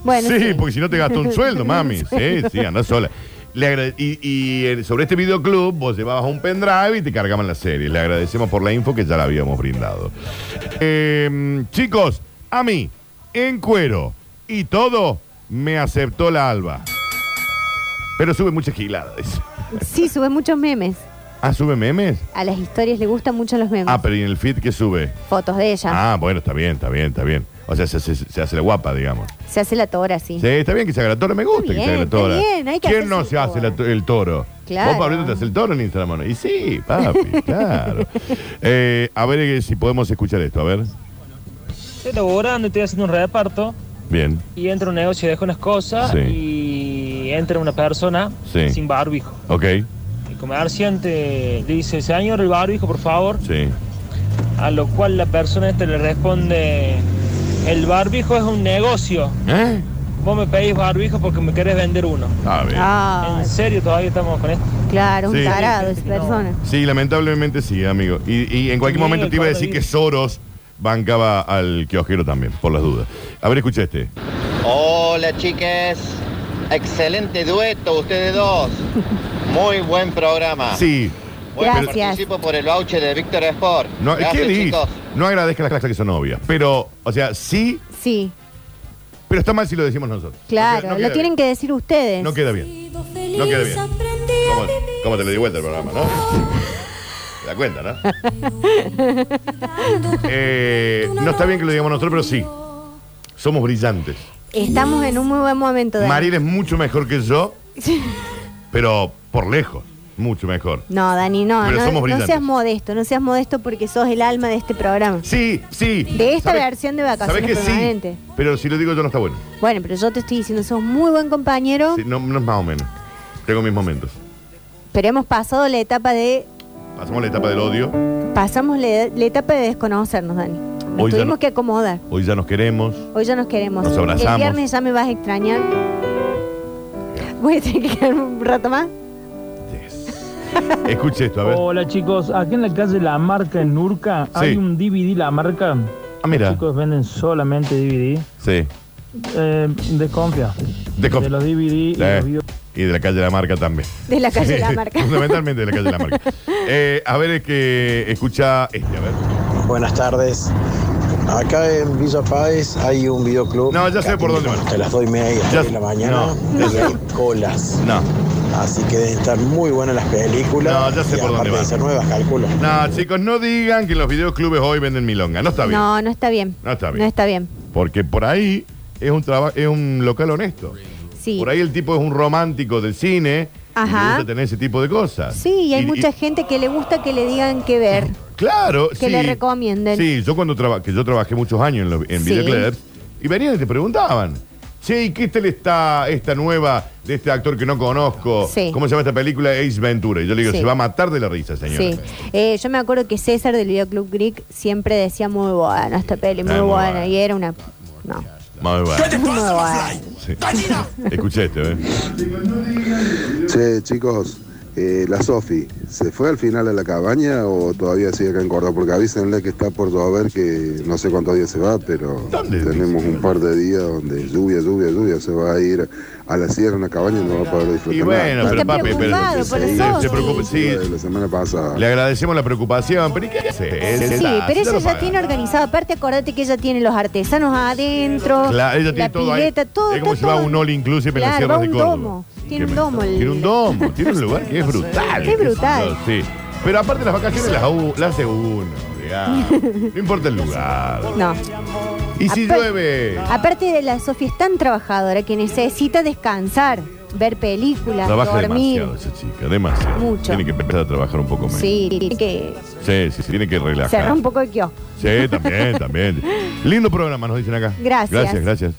Bueno,
sí, porque si no te gastó un sueldo, mami. Sí, sí, andás sola. Le agrade- y, y, eh, sobre este videoclub, vos llevabas un pendrive y te cargaban la serie. Le agradecemos por la info que ya la habíamos brindado. Eh, chicos, a mí, en cuero y todo, me aceptó la alba. Pero sube muchas giladas.
Sí, sube muchos memes.
Ah, sube memes.
A las historias le gustan mucho los memes.
Ah, pero ¿y en el feed qué sube?
Fotos de ella.
Ah, bueno, está bien, está bien, está bien. O sea, se, hace- se hace la guapa, digamos.
Se hace la tora, sí.
Sí, está bien que se haga la toro, me gusta
Está
que se haga la
bien,
toro.
está bien, hay que
¿Quién
hacerse
no
el
se hace la
toro?
to- el toro?
Claro.
Vos, Pablito, te haces el toro en Instagram. ¿no? Y sí, papi, claro. Eh, a ver eh, si podemos escuchar esto, a ver.
Estoy laburando, estoy haciendo un reparto
Bien,
y entra un negocio y dejo unas cosas
Sí.
y entra una persona
Sí.
sin barbijo.
ok,
El comerciante le dice, señor, el barbijo, por favor.
sí.
A lo cual la persona esta le responde, el barbijo es un negocio.
¿Eh?
Vos me pedís barbijo porque me querés vender uno.
A ver.
Ah,
¿En serio todavía estamos con esto?
claro, un
Sí.
tarado esa persona.
Sí, lamentablemente sí, amigo. Y, y en cualquier
Amigo,
momento te iba a
cuando
decir
vi-
que Soros bancaba al kiosquero también, por las dudas. A ver, escucha este.
Hola chiques, excelente dueto ustedes dos. Muy buen programa.
Sí.
Bueno,
Gracias.
participo por el voucher de Víctor Sport.
No,
Gracias,
¿Qué dices?
chicos.
No agradezca las clases que son obvias. Pero, o sea, sí,
Sí,
pero está mal si lo decimos nosotros.
claro.
No queda- no
lo
queda
tienen que decir ustedes.
No queda bien. No queda bien. ¿Cómo, cómo te lo di vuelta el programa, no? Te das cuenta, ¿no? Eh, no está bien que lo digamos nosotros, pero sí. Somos brillantes.
Estamos en un muy buen momento. Dani.
Mariel es mucho mejor que yo, pero por lejos, mucho mejor.
No, Dani, no.
Pero
no,
somos
no
brillantes.
seas modesto, no seas modesto porque sos el alma de este programa.
Sí, sí.
De esta
¿Sabes-
versión de Vacaciones
¿sabes que
Permanentes.
Sí, pero si lo digo yo no está bueno.
Bueno, pero yo te estoy diciendo, sos muy buen compañero,
Sí, no, no es más o menos. Tengo mis momentos.
pero hemos pasado la etapa de.
Pasamos la etapa del odio.
Pasamos la, la etapa de desconocernos, Dani. Nos
Hoy ya
tuvimos
no-
que acomodar.
Hoy ya nos queremos.
Hoy ya nos queremos.
Nos abrazamos.
El viernes ya me vas a extrañar. Voy a tener que quedarme un rato más.
Escuche esto, a ver.
Hola chicos, aquí en la calle La Marca, en Nurca,
hay Sí. un
DVD La Marca.
Ah, mira.
Chicos venden solamente DVD.
Sí.
desconfía.
Desconfía. De los
DVD
Sí. Y de la calle de la marca también.
De la calle de la marca.
Fundamentalmente de la calle de la marca. Eh, a ver, es que escucha este, a ver.
Buenas tardes. Acá en Villa Páez hay un videoclub.
No, ya sé
que
por
atiende
dónde van.
Hasta las 2 y media
Ya
tres de
sé.
la mañana.
No,
y
ya
hay colas.
No.
Así que deben estar muy buenas las películas.
No, ya sé
y
por dónde
aparte de
van.
ser nuevas, calculo.
No, chicos, no digan que los videoclubes hoy venden milonga. No está bien.
No, no está bien.
No está bien.
No está bien.
Porque por ahí es un trabajo, es un local honesto.
Sí.
Por ahí el tipo es un romántico del cine. Y
Ajá.
le gusta tener ese tipo de cosas.
Sí, y hay mucha gente que le gusta que le digan qué ver.
Claro,
Que le recomienden.
Sí, yo cuando traba- que yo trabajé muchos años en, los- en
Sí.
videoclips y venían y te preguntaban, che, ¿y qué tal está esta nueva de este actor que no conozco?
Sí.
¿Cómo se llama esta película? Ace Ventura. Y yo le digo,
Sí.
se va a matar de la risa, señor.
Sí. Eh, yo me acuerdo que César del Videoclub Greek siempre decía muy buena esta peli, muy,
Ah, muy
buena.
buena.
Y era una. No.
Muy bueno.
Muy buena.
Sí. Escuché esto, ¿eh?
Che, chicos, eh, la Sofi, ¿se fue al final a la cabaña o todavía sigue acá en Córdoba? Porque avísenle que está por llover, que no sé cuántos días se va, pero
¿Dónde
tenemos un par de días donde lluvia, lluvia, lluvia, se va a ir a la sierra, a una cabaña y no va a poder disfrutar.
Y bueno,
nada.
pero
Está
papi, pero.
preocupado por
se-
eso,
se preocupe,
Sí,
sí.
de la semana pasada.
Le agradecemos la preocupación, pero ¿y qué hace?
Sí, pero ella ya tiene organizado. Aparte, acordate que ella tiene los artesanos adentro.
Claro, ella tiene
la
todo ahí.
pileta, todo.
es como
está
si va
todo-
un all inclusive en las
Claro,
sierras
va
de
un
Córdoba.
domo.
Que
Tiene un
me-
domo. el-
Tiene un domo, tiene un lugar que es brutal.
Es brutal.
Sí. Pero aparte las vacaciones las, hago- las hace uno, digamos. No importa el lugar.
No.
Y si
Apar-
llueve.
Aparte de la Sofía es tan trabajadora que necesita descansar, ver películas,
Trabaja
dormir.
demasiado esa chica, demasiado.
Mucho.
Tiene que empezar a trabajar un poco menos.
Sí, tiene que
Sí, sí, sí, tiene que
cerrar
relajar.
un poco el kiosco.
Sí, también, también. Lindo programa, nos dicen acá.
Gracias.
Gracias, gracias.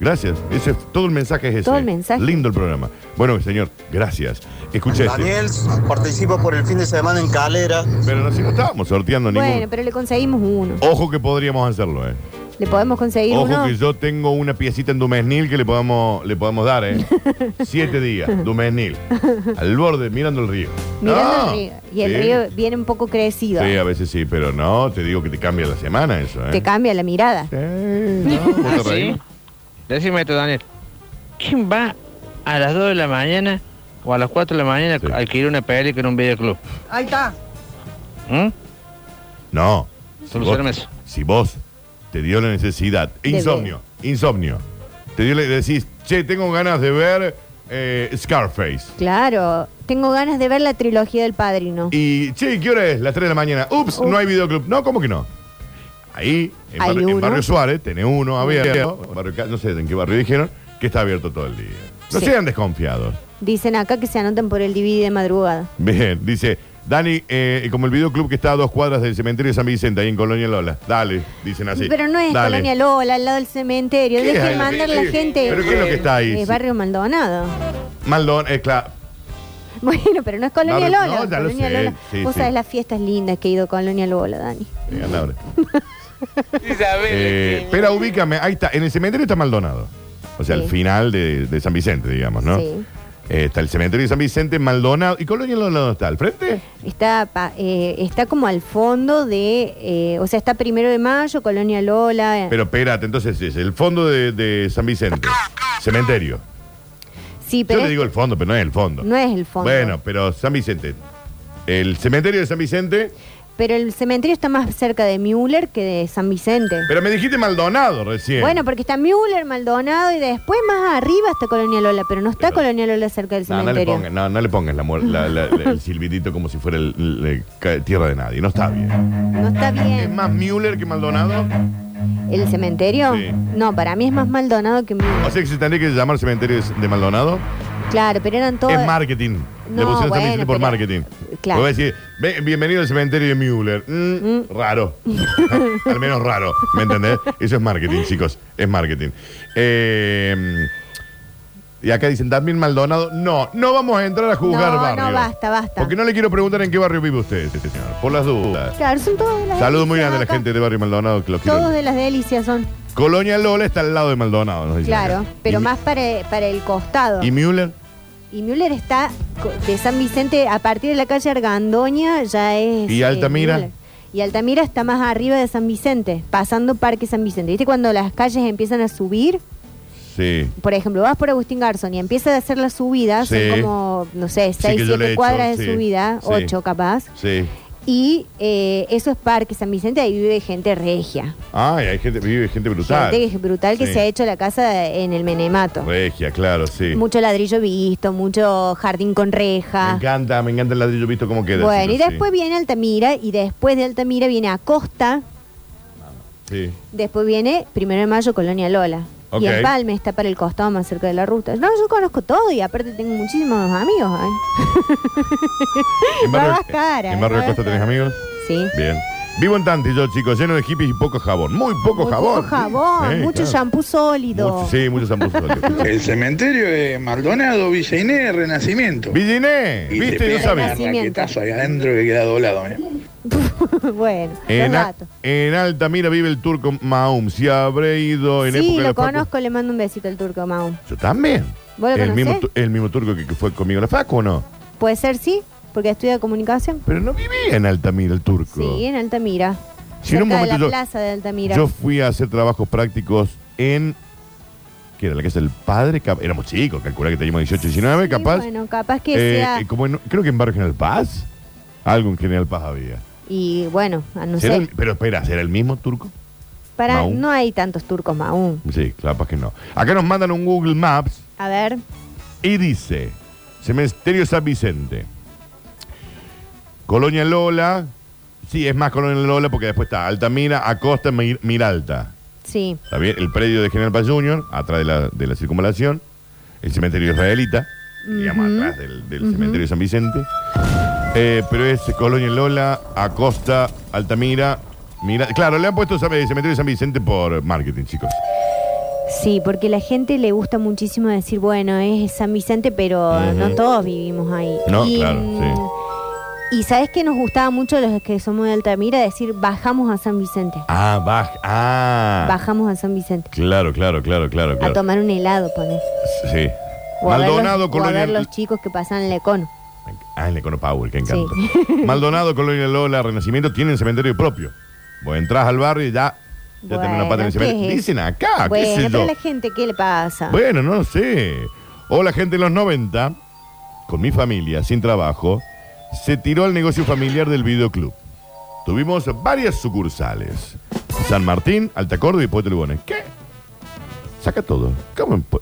Gracias. Ese es- todo el mensaje es ese.
Todo el mensaje.
Lindo el programa. Bueno, señor, gracias. Escuche este.
Daniel, participo por el fin de semana en Calera.
Pero no, si no estábamos sorteando ningún.
Bueno, pero le conseguimos uno.
Ojo que podríamos hacerlo, ¿eh?
Le podemos conseguir
Ojo
uno.
que yo tengo una piecita en Dumesnil que le podamos, le podemos dar, ¿eh? Siete días, Dumesnil. Al borde, mirando el río.
Mirando
No.
el río. Y el
Ah, Sí.
río viene un poco crecido.
Sí, a veces sí, pero no, te digo que te cambia la semana eso, ¿eh?
Te Ah, cambia la mirada.
¿Vos te
¿Sí?
reís?
Decime esto, Daniel. ¿Quién va a las 2 de la mañana o a las 4 de la mañana a alquilar una película en un videoclub?
Ahí está.
¿Mm?
No. Si vos,
Solucioname eso.
si vos te dio la necesidad,
De
insomnio, insomnio, te dio la, decís, che, tengo ganas de ver eh, Scarface.
Claro. Tengo ganas de ver la trilogía del padrino.
Y, che, ¿qué hora es? Las 3 de la mañana. Ups, no hay videoclub. No, ¿cómo que no? Ahí, en,
Hay
barrio, en
uno.
Barrio Suárez, tenés uno abierto. Barrio Ca- no sé en qué barrio dijeron, que está abierto todo el día. No
Sí.
sean desconfiados.
Dicen acá que se anotan por el DVD de madrugada.
Bien, dice, Dani, eh, como el videoclub que está a dos cuadras del cementerio de San Vicente, ahí en Colonia Lola. Dale, dicen así.
Pero no es
Ah, Dale.
Colonia Lola, al lado del cementerio.
¿Qué hay?
Dejen mandar la
Sí,
gente.
¿pero qué es lo que está ahí?
Es barrio Maldonado.
Maldon, es claro.
Bueno, pero no es Colonia
Barrio-
Lola.
no, ya lo
Colonia
sé,
Lola.
sí,
Vos
sí.
sabés las fiestas lindas que he ido a Colonia Lola, Dani.
Venga, anda ahora. Eh, Espera, ubícame. Ahí está. En el cementerio está Maldonado. O sea,
Sí.
al final de, de San Vicente, digamos, ¿no?
Sí.
Eh, está el cementerio de San Vicente, Maldonado. ¿Y Colonia Lola dónde está? ¿Al frente?
Está, pa- eh, está como al fondo de. eh, o sea, está primero de mayo, Colonia Lola. eh,
Pero espérate, entonces es el fondo de, de San Vicente. Cementerio.
sí,
Yo
pero
te
es-
digo el fondo, pero no es el fondo.
no es el fondo.
Bueno, pero San Vicente. El cementerio de San Vicente.
Pero el cementerio está más cerca de Müller que de San Vicente.
Pero me dijiste Maldonado recién.
Bueno, porque está Müller, Maldonado y después más arriba está Colonia Lola, pero no está Colonia Lola cerca del
No, no le
cementerio.
pongas, no, no le pongas la, muer- la- la- la- el silbidito como si fuera el- el- el ca- tierra de nadie. No está bien.
No está bien. ¿Es
más Müller que Maldonado?
¿El cementerio?
Sí.
No, para mí es más Maldonado que Müller.
O sea que se tendría que llamar cementerio de Maldonado.
Claro, pero eran todos.
Es marketing.
No,
Le pusieron
bueno,
San Vicente por
pero-
marketing.
claro.
Le voy a decir, "Ve- bienvenido al cementerio de Müller. Mm, Raro. al menos raro. ¿Me entendés? Eso es marketing, chicos. Es marketing. Eh, y acá dicen también Maldonado. No, no vamos a entrar a juzgar
no,
barrio.
no, basta, basta.
Porque no le quiero preguntar en qué barrio vive usted, este señor. Por las dudas.
Claro, son todos de las
Saludos muy grande
delicias
a la
acá.
gente de Barrio Maldonado que los quiero.
Todos de las delicias son.
Colonia Lola está al lado de Maldonado, nos dicen
Claro,
acá.
pero
y,
más para, para el costado.
¿Y Müller?
Y Müller está co- de San Vicente a partir de la calle Argandoña, ya es.
¿Y
eh,
Altamira?
Müller. y Altamira está más arriba de San Vicente, pasando Parque San Vicente. ¿Viste cuando las calles empiezan a subir?
Sí.
Por ejemplo, vas por Agustín Garzón y empiezas a hacer las subidas,
Sí.
son como, no sé,
Sí,
6,
que yo le he
7
hecho,
cuadras de
sí,
subida,
sí.
8 capaz.
Sí.
Y eh, eso es Parque San Vicente, ahí vive gente regia.
Ay, hay gente, vive gente brutal.
Gente que es brutal que
Sí.
se ha hecho la casa en el Menemato.
Regia, claro, sí.
Mucho ladrillo visto, mucho jardín con
me
reja.
encanta, me encanta el ladrillo visto cómo queda.
Bueno,
chicos,
y
sí.
después viene Altamira y después de Altamira viene Acosta,
Sí.
después viene Primero de Mayo, Colonia Lola. Y
Ok.
el Palme está para el costado más cerca de la ruta. No, yo conozco todo y aparte tengo muchísimos amigos. ¿eh?
¿En
Nuevas caras,
¿En Barrio
nuevas
Costa tenés amigos?
Sí.
Bien. Vivo en Tantillo, chicos, lleno de hippies y poco jabón. Muy poco
Muy
jabón.
Poco jabón,
Sí,
mucho
claro.
shampoo sólido.
Mucho- Sí, mucho zambuzo.
El cementerio de Maldonado, Villa Inés, Renacimiento.
Villa Inés,
y
viste,
te
yo
pegan
sabía.
una raquetazo ahí adentro que queda doblado. ¿eh?
bueno, los
En,
datos.
Al- en Altamira vive el turco Maum. Si habré ido en
Sí,
época de la
lo
facu-
conozco, le mando un besito al turco Mau.
Yo también.
¿Vos lo
el,
conocés?
mismo, tu- el mismo turco que, que fue conmigo a la facu, ¿o no?
Puede ser sí, porque estudia comunicación.
Pero no vivía en Altamira el turco.
Sí, en Altamira.
Sí, en un
Cerca de
momento
la
yo-
plaza de Altamira.
Yo fui a hacer trabajos prácticos en. ¿Qué era la casa del padre? Cap- Éramos chicos, calculá que teníamos 18, 19,
Sí,
capaz.
Bueno, capaz que
Eh,
sea.
eh, como en- creo que en Barrio General Paz. Algo en General Paz había.
y bueno, a no
¿Será
sé.
el- pero espera, ¿será el mismo turco?
Para,
Maún?
no hay tantos turcos Maún.
Sí, capaz que no. Acá nos mandan un Google Maps
A ver,
y dice: Cementerio San Vicente. Colonia Lola. Sí, es más Colonia Lola porque después está Altamira, Acosta, Mir- Miralta.
Sí.
Está bien, el predio de General Paz Junior, atrás de la, de la circunvalación, el cementerio israelita, digamos,
Ujú.
atrás del, del
Ujú.
cementerio de San Vicente. Eh, pero es Colonia Lola, Acosta, Altamira, Mira. Claro, le han puesto ¿sabe? el cementerio de San Vicente por marketing, chicos.
Sí, porque la gente le gusta muchísimo decir, bueno, es San Vicente, pero
Ujú.
no todos vivimos ahí.
No,
y,
claro, sí.
Y sabes que nos gustaba mucho los que somos de Altamira decir, bajamos a San Vicente.
Ah, baj, ah.
Bajamos a San Vicente.
Claro, claro, claro, claro,
A
claro.
tomar un helado, poner.
Sí.
O a ver los-
Maldonado,
o a ver
Colonia.
los chicos que pasan el econo.
Ah, el Econo Power, que
Sí.
encanto. Maldonado, Colonia Lola, Renacimiento tienen cementerio propio. Vos entrás al barrio y ya, ya tenés una
Bueno,
parte del
¿qué
cementerio.
es?
Dicen acá,
bueno,
qué sé
pero
yo.
a la gente, ¿qué le pasa?
Bueno, no lo sé. O la gente de los 90, con mi familia, sin trabajo, se tiró al negocio familiar del videoclub. Tuvimos varias sucursales. San Martín, Alta Córdoba y Puerto Lugones. ¿Qué? Saca todo. ¿Cómo en, Pu-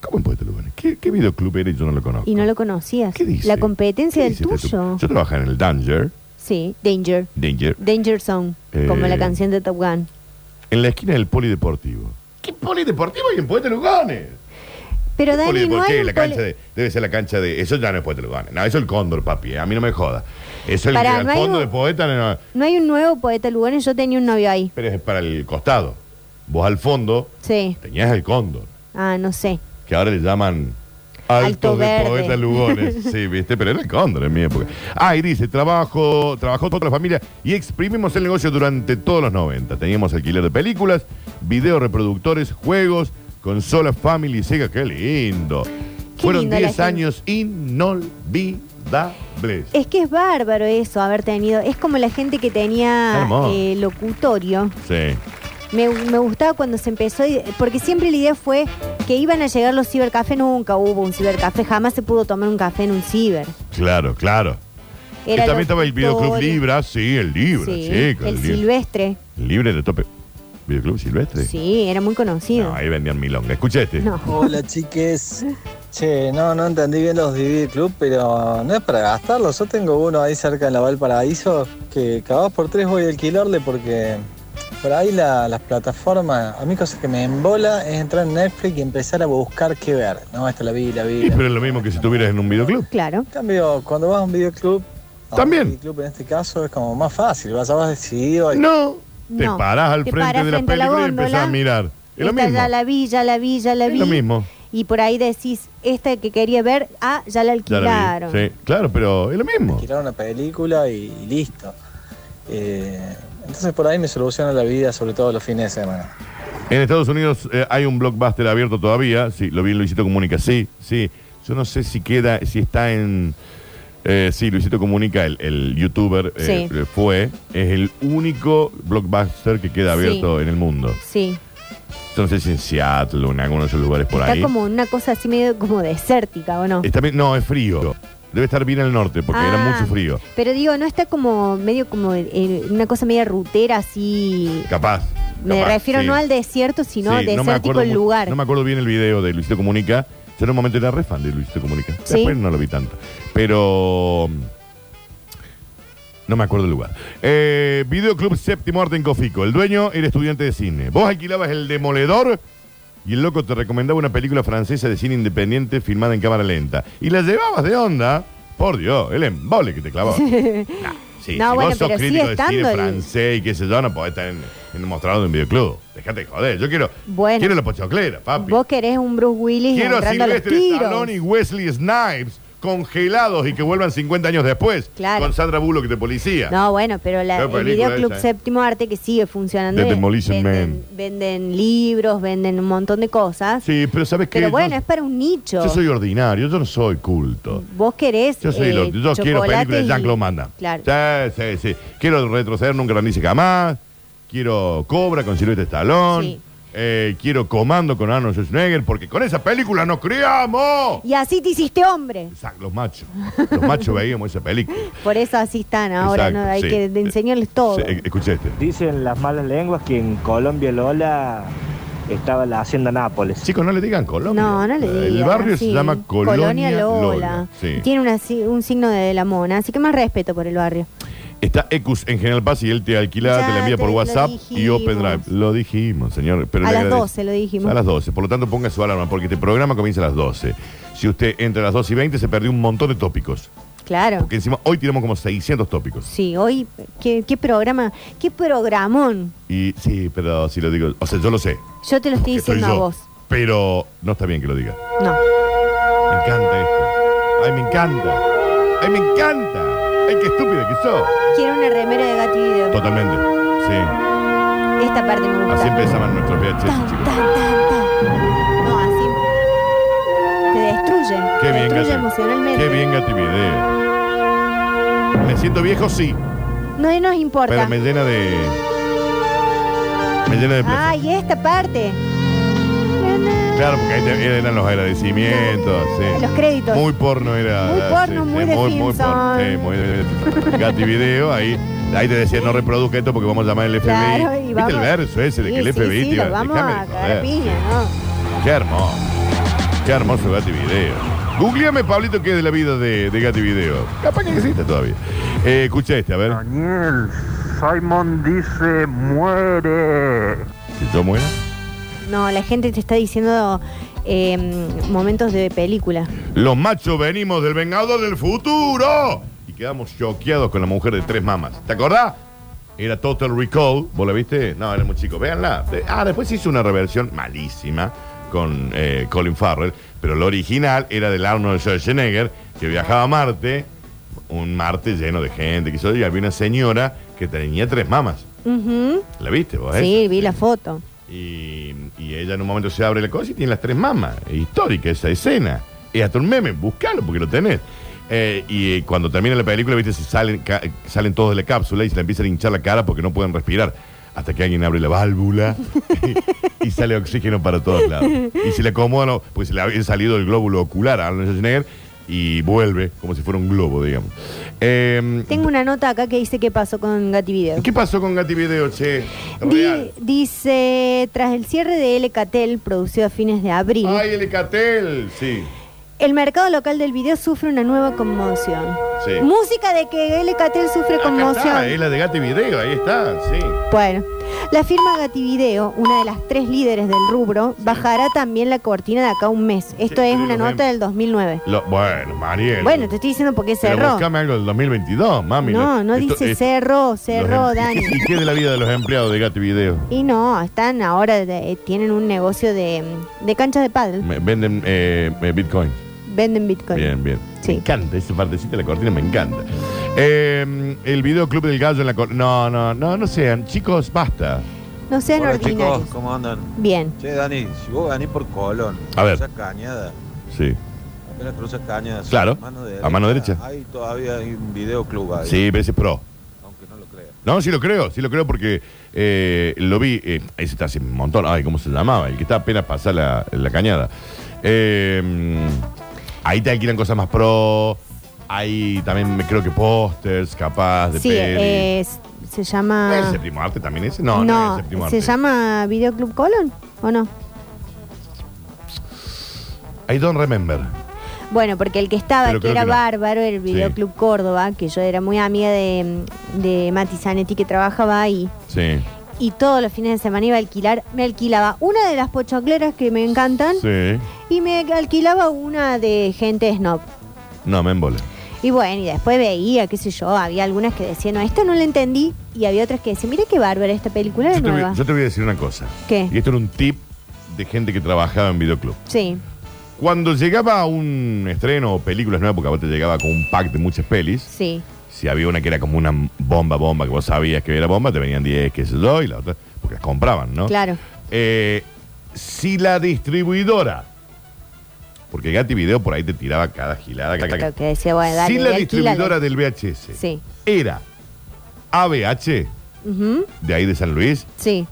cómo en Puerto Lugones? ¿Qué, ¿Qué videoclub era? y Yo no lo conozco.
Y no lo conocías.
¿Qué dice?
La competencia del
Sí, sí,
tuyo.
Yo trabajaba en el Danger.
Sí, Danger.
Danger.
Danger Zone, como
Eh.
la canción de Top Gun.
En la esquina del Polideportivo. ¿Qué Polideportivo hay en Puerto Lugones?
Pero Dani, no
Polideportivo,
hay
¿qué?
un
La
poli-
cancha de- debe ser la cancha de. Eso ya no es Puerto Lugones. No, eso es el Cóndor, papi. eh. A mí no me joda. Eso es
Pará,
el,
¿no hay
Cóndor
un-
de Poeta. no, no.
No hay un nuevo poeta Lugones, yo tenía un novio ahí.
pero es para el costado. Vos al fondo
Sí.
tenías el Cóndor,
Ah, no sé.
que ahora le llaman.
Alto
Alto, de
Verde.
Poeta Lugones. Sí, viste, pero era el Cóndor en mi época. Ah, y dice, trabajo, trabajó toda la familia y exprimimos el negocio durante todos los 90. Teníamos alquiler de películas, video reproductores, juegos, consolas Family Sega, qué lindo. Fueron
lindo la
10
gente.
años inolvidables.
Es que es bárbaro eso, haber tenido. Es como la gente que tenía
Hermoso.
eh, locutorio.
Sí.
Me, me gustaba cuando se empezó, y- porque siempre la idea fue que iban a llegar los cibercafés. Nunca hubo un cibercafé, jamás se pudo tomar un café en un ciber.
Claro, claro. Y
Era
también estaba el videoclub
locutorio.
Libra, sí, el Libra,
Sí,
chico,
el
el Libra.
silvestre.
Libre de tope. ¿Videoclub silvestre?
Sí, era muy conocido.
No, ahí vendían milonga. Escucha este.
No.
Hola chiques. Che, no, no entendí bien los DVD Club, pero no es para gastarlos. Yo tengo uno ahí cerca en la Valparaíso que cada dos por tres voy a alquilarle porque por ahí la- las plataformas, a mí cosa que me embola es entrar en Netflix y empezar a buscar qué ver. No, esta la vi, la vi.
Y, pero es lo mismo que si estuvieras en un videoclub.
Claro.
En cambio, cuando vas a un videoclub, a
También.
un videoclub en este caso es como más fácil, vas a vas decidido. y-
No, te
No.
parás al
Te
frente
parás
de la
frente a
película
la
y
góndola.
empezás a mirar. Es lo
Esta
mismo.
ya la vi, ya la vi, ya la vi.
Es lo mismo.
Y por ahí decís, esta que quería ver, ah,
Ya
ya la
la vi.
alquilaron.
Sí, claro, pero es lo mismo.
Alquilar una película y, y listo. Eh, entonces por ahí me soluciona la vida, sobre todo los fines de semana.
En Estados Unidos eh, hay un blockbuster abierto todavía. Sí, lo vi en Luisito Comunica. Sí, sí. Yo no sé si queda, si está en. eh, sí, Luisito Comunica, el, el youtuber, eh,
Sí.
fue. Es el único blockbuster que queda
Sí.
abierto en el mundo.
Sí.
Yo no sé si en Seattle o en alguno de esos lugares por
Está
ahí.
como una cosa así medio como desértica, ¿o no?
Está bien- no, es frío. Debe estar bien al norte porque era
Ah.
mucho frío.
Pero digo, no está como medio como eh, una cosa media rutera así.
Capaz.
Me
capaz,
refiero
sí.
no al desierto,
Sí,
sino al
no me
desértico
acuerdo
el
mu-
lugar.
No me acuerdo bien el video de Luisito Comunica. Yo en un momento era re fan de Luisito Comunica.
Sí.
Después no lo vi tanto. Pero. mm, No me acuerdo el lugar. Eh, Videoclub Séptimo Arte en Cofico. El dueño era estudiante de cine. Vos alquilabas El Demoledor y el loco te recomendaba una película francesa de cine independiente filmada en cámara lenta. Y la llevabas de onda. Por Dios, el embole que te clavó. Sí,
No,
si
bueno,
vos sos
pero sigue
crítico de
estando
cine
el-
francés y qué sé yo, no podés estar en, en un mostrador de un videoclub. Dejate de joder. Yo quiero,
Bueno.
quiero la pochoclera, papi.
Vos querés un Bruce Willis
Quiero a
entrando a los
Sylvester
tiros.
Stallone y Wesley Snipes congelados y que vuelvan 50 años después.
Claro.
Con Sandra Bullock de policía.
No, bueno, pero la,
Qué
el
película
videoclub
esa, eh.
Séptimo Arte que sigue funcionando.
The Demolition
venden, venden libros, venden un montón de cosas.
Sí, pero ¿sabes qué?
Pero
yo,
bueno, es para un nicho.
yo soy ordinario, yo no soy culto.
Vos querés.
Yo, soy
eh,
lo- yo quiero películas
chocolates
de
y-
Jean-Claude Van Damme.
Claro.
Sí, sí, sí. Quiero retroceder nunca lo dice jamás. Quiero Cobra con Silvestre Stallone.
Sí.
Eh, quiero Comando con Arnold Schwarzenegger porque con esa película nos criamos.
Y así te hiciste hombre.
Exacto, los machos. Los machos veíamos esa película.
Por eso así están ahora,
Exacto,
¿no? Hay
sí.
que de- enseñarles todo.
Sí, e- escuché este.
Dicen las malas lenguas que en Colombia Lola que estaba la Hacienda Nápoles.
Chicos, no le digan Colombia.
No, no le digas.
El barrio se
sí.
llama Colonia, Lola. Sí.
Tiene una si- un signo de la mona, así que más respeto por el barrio.
Está Ecus en General Paz y él te alquila,
Ya
te la envía
te
por
lo
WhatsApp y
dijimos.
Open Drive. Lo dijimos, señor. Pero
a
le
las
agradezco.
12 lo dijimos.
A las 12. Por lo tanto, ponga su alarma porque este programa comienza a las 12. Si usted entra a las 12 y 20, se perdió un montón de tópicos.
Claro.
Porque encima hoy tiramos como 600 tópicos.
Sí, hoy, ¿qué, qué programa, qué programón.
Y sí, pero si lo digo, o sea, yo lo sé,
Yo te lo estoy
Que soy
diciendo a
yo.
vos.
pero no está bien que lo diga.
No.
Me encanta esto. Ay, me encanta. Ay, me encanta. Ay, qué estúpida que sos.
Quiero una remera de gato y video.
Totalmente. Sí.
Esta parte me gusta.
Así empezaban nuestros VHS, chicos.
No, así. Te destruyen.
Qué
te
bien,
destruye
Gati.
emocionalmente.
Qué bien, Gati Video. Me siento viejo, sí,
No nos importa.
pero me llena de. Me llena de placer.
Ah, y esta parte.
Claro, porque ahí te- eran los agradecimientos. sí.
Los créditos.
Muy porno era.
Muy
sí,
porno, muy de Simpson.
Sí, muy de- Gati Video, ahí. Ahí te decía, no reproduzca esto porque vamos a llamar al FBI.
Claro, y vamos-
¿Viste el verso ese de que el
Sí, sí,
FBI
sí,
te iba
lo vamos
déjame
a
de
cagar a
joder.
piña, ¿no?
Qué hermoso. Qué hermoso Gati Video. Googleame, Pablito, qué es de la vida de, de Gati Video. Capaz que existe todavía. Eh, escucha este, a ver.
Daniel, Simon dice muere.
¿Que yo muera?
No, la gente te está diciendo eh, momentos de película.
Los machos venimos del vengado del futuro. Y quedamos choqueados con la mujer de tres mamas. ¿Te acordás? Era Total Recall. ¿Vos la viste? No, era muy chico. Véanla. De- Ah, después hizo una reversión malísima con eh, Colin Farrell. Pero la original era del Arnold Schwarzenegger, que viajaba a Marte. Un Marte lleno de gente. Que yo, y había una señora que tenía tres mamas.
Ujú.
¿La viste vos? eh? esa?
Sí, vi la foto.
Y, y ella en un momento se abre la cosa y tiene las tres mamas. Es histórica esa escena. Es hasta un meme, buscalo porque lo tenés. Eh, y eh, cuando termina la película, viste, se salen, ca- salen todos de la cápsula y se le empiezan a hinchar la cara porque no pueden respirar. Hasta que alguien abre la válvula y, y sale oxígeno para todos lados. Y se le acomodan, o- porque se le había salido el glóbulo ocular a Arnold Schwarzenegger y vuelve como si fuera un globo, digamos. Eh,
Tengo una nota acá que dice qué pasó con Gati Video.
¿Qué pasó con Gati Video, che?
Di-
Real.
dice, tras el cierre de LKTEL, producido a fines de abril,
¡Ay, el Ecatel! Sí.
el mercado local del video sufre una nueva conmoción.
Sí.
Música de que LKTEL sufre conmoción.
Ah, es la de Gati Video, ahí está, sí.
Bueno, la firma Gativideo, una de las tres líderes del rubro, bajará también la cortina de acá a un mes. Esto es una
lo
nota del 2009.
Lo- bueno, Mariel.
Bueno, te estoy diciendo por qué
Pero
cerró.
buscame algo del 2022, mami.
No,
Lo-
no
esto-
dice
es-
cerró, cerró,
los em-
Dani.
¿Y qué de la vida de los empleados de Gati Video?
Y no, están ahora, de- tienen un negocio de, de canchas de pádel.
Me- venden eh, eh, Bitcoin.
Venden Bitcoin.
Bien, bien.
Sí.
Me encanta esa partecita de la cortina, me encanta. Eh, el videoclub del gallo en la cortina. No, no, no, no sean. Chicos, basta.
No sean
Hola
ordinarios.
chicos, ¿cómo andan?
Bien.
Che, Dani, si vos ganís por Colón,
A ver.
cruzas Cañada,
Sí.
apenas cruzas Cañada,
Claro, a mano derecha.
Ahí todavía hay un videoclub ahí.
Sí, veces pro. No, sí lo creo, sí lo creo porque eh, lo vi, eh, ese está hace un montón, ay, ¿cómo se llamaba? El que está apenas pasar la, la cañada. Eh, ahí te alquilan cosas más pro, ahí también me creo que pósters capaz de
Sí, eh,
peli.
es- se llama...
¿Es séptimo arte también ese? No, no, es séptimo
se
arte.
llama Videoclub Colón, ¿o no?
I don't remember.
Bueno, porque el que estaba,
Pero
que
creo
era
que no.
bárbaro, era el
Sí.
Videoclub Córdoba, que yo era muy amiga de, de Mati Zanetti, que trabajaba ahí.
Sí.
Y todos los fines de semana iba a alquilar, me alquilaba una de las pochocleras que me encantan
Sí.
y me alquilaba una de gente snob.
No, me embole.
Y bueno, y después veía, qué sé yo, había algunas que decían, no, esta no la entendí, y había otras que decían, mira qué bárbara esta película es
Yo te, voy,
nueva.
yo te voy a decir una cosa.
¿Qué?
Y esto era un tip de gente que trabajaba en videoclub.
Sí,
Cuando llegaba a un estreno o películas nuevas, porque a vos te llegaba con un pack de muchas pelis,
sí.
Si había una que era como una bomba, bomba, que vos sabías que era bomba, te venían 10, qué sé yo, y la otra, porque las compraban, ¿no?
Claro.
Eh, si la distribuidora, porque Gati Video por ahí te tiraba cada gilada. cada-
Lo que decía, bueno,
si
dale,
la
y alquílale.
distribuidora del VHS
Sí.
era ABH,
Ujú,
de ahí de San Luis,
Sí.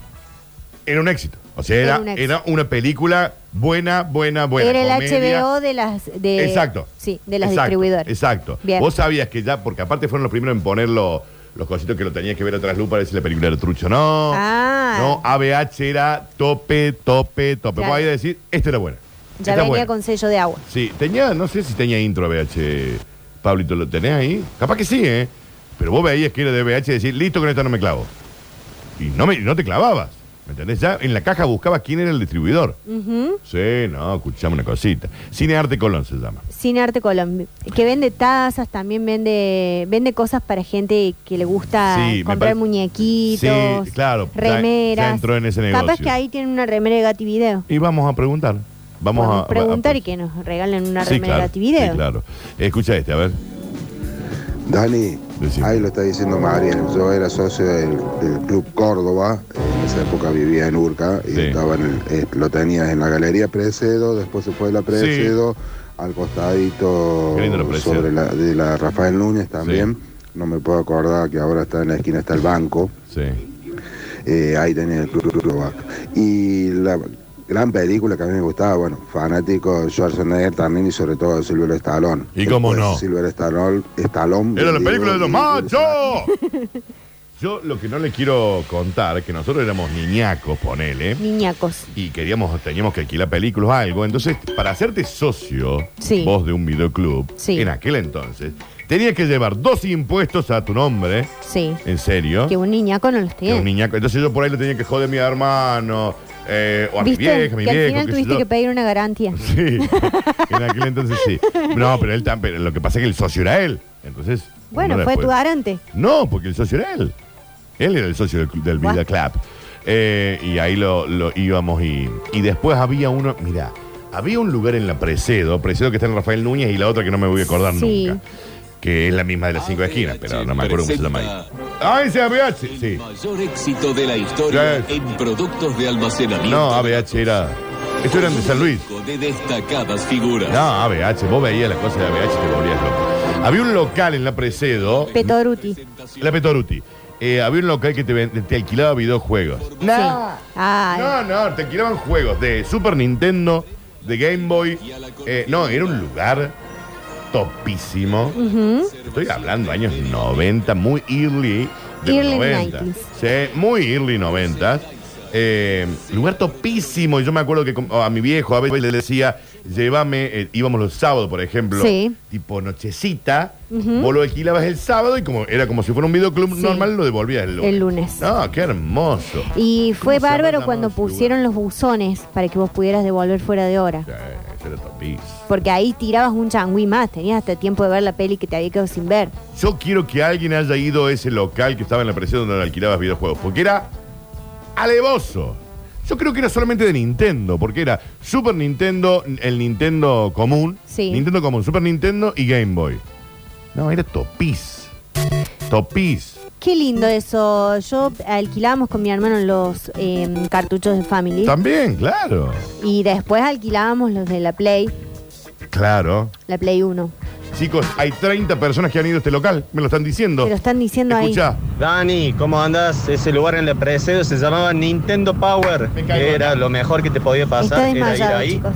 era un éxito. O sea,
Era
era,
un
era,
éxito.
una película buena, buena, buena.
era el
comedia.
HBO de las... De,
Exacto.
Sí, de las
Exacto,
distribuidoras.
Exacto.
Bien.
Vos sabías que ya, porque aparte fueron los primeros en ponerlo los cositos que lo tenías que ver atrás luz para ver si la película era trucho. No.
Ah.
No, ABH era tope, tope, tope.
Claro.
Vos ahí decir, esta era buena.
Ya
Esta
venía
buena.
con sello de agua.
Sí, tenía, no sé si tenía intro BH. Pablito, ¿lo tenés ahí? Capaz que sí, ¿eh? Pero vos veías que era de BH y decís, listo, con esto no me clavo. Y no, me, no te clavabas. ¿Me entendés? Ya en la caja buscabas quién era el distribuidor.
Ujú.
Sí, no, escuchame una cosita. Cine Arte Colón se llama.
Cine Arte Colón, que vende tazas, también vende vende cosas para gente que le gusta
Sí, me
comprar
pare-
muñequitos,
Sí, claro, ya-
remeras.
ya entró en ese
Capaz
negocio.
que ahí tienen una remera de Gati Video.
Y vamos a preguntar. Vamos,
Podemos
a, pues.
preguntar y que nos regalen una remera de Gati Video.
Sí, claro. Escucha este, a ver.
Dani, ahí lo está diciendo Mariel. Yo era socio del, del Club Córdoba. En esa época vivía en Urca y estaba en el- eh, lo tenía en la Galería Precedo. Después se fue de la Precedo al costadito
Qué lindo la Precedo.
sobre la, de la Rafael Núñez también. No me puedo acordar que ahora está en la esquina, está el banco. Eh, ahí tenía el Club Córdoba. Y la gran película que a mí me gustaba, bueno, fanático de Schwarzenegger también y sobre todo de Silver Stallone.
¿Y cómo
Después
no?
Silver Stallone, Stallone.
Era la
vendido
película de los
y-
machos. Yo lo que no le quiero contar, que nosotros éramos niñacos, ponele,
Niñacos.
y queríamos, teníamos que alquilar películas o algo. Entonces, para hacerte socio,
Sí.
vos de un videoclub, en aquel entonces, tenías que llevar dos impuestos a tu nombre,
Sí.
en serio.
Que un niñaco no los
que un
tiene.
niñaco. Entonces yo por ahí le tenía que joder a mi hermano, eh, o a mi
¿Viste?
vieja, a mi
que al
viejo.
final
qué sé
tuviste
yo.
que pedir una garantía.
Sí, en aquel entonces sí. No, pero él tam- pero lo que pasa es que el socio era él. Entonces.
Bueno,
uno
fue tu
después-
garante.
No, porque el socio era él. Él era el socio del, cl- del Vida Club. Eh, y ahí lo, lo íbamos y, y después había uno, mira, había un lugar en la Precedo, Precedo que está en Rafael Núñez y la otra que no me voy a acordar
Sí.
nunca, que es la misma de las cinco esquinas, pero no me acuerdo cómo se llama ahí. ¡Ay, se había! Sí, sí.
Mayor éxito de la historia en productos de almacenamiento.
No, ABH era. Esto eran de San Luis.
De destacadas figuras.
No, ABH, vos veías las cosas de ABH y te volvías loco. Había un local en la Precedo,
Petoruti.
la Petoruti. eh, había un local que te, ven- te alquilaba videojuegos.
No. Ah,
No, no, te alquilaban juegos de Super Nintendo, de Game Boy. Eh, no, era un lugar topísimo. Estoy hablando años 90, muy early de los
Early
90.
90s.
Sí, muy early 90. Eh, lugar topísimo. Y Yo me acuerdo que con- a mi viejo a veces le decía, llévame, eh, íbamos los sábados, por ejemplo,
Sí. ¿Mm?
tipo nochecita. Vos lo alquilabas el sábado y como era como si fuera un videoclub normal, lo devolvías el lunes.
El lunes.
No, qué hermoso.
Y fue
¿Cómo se
bárbaro
llama
cuando
ese lugar?
pusieron los buzones para que vos pudieras devolver fuera de hora.
Eh, ese era topísimo.
Porque ahí tirabas un changüí más, tenías hasta tiempo de ver la peli que te había quedado sin ver.
Yo quiero que alguien haya ido a ese local que estaba en la presión donde alquilabas videojuegos, porque era alevoso. Yo creo que era solamente de Nintendo, porque era Super Nintendo, el Nintendo común,
Sí.
Nintendo común, Super Nintendo y Game Boy. No, era Topiz. Topiz.
Qué lindo eso. Yo alquilábamos con mi hermano los eh, cartuchos de Family.
También, claro.
Y después alquilábamos los de la Play,
Claro.
la Play 1.
Chicos, hay 30 personas que han ido a este local, me lo están diciendo.
Te lo están diciendo ahí.
Escucha.
Dani, ¿cómo andas? Ese lugar en el Precedo se llamaba Nintendo Power. que era lo mejor que te podía
Está
pasar, era ir
desmayado,
ahí.
chicos.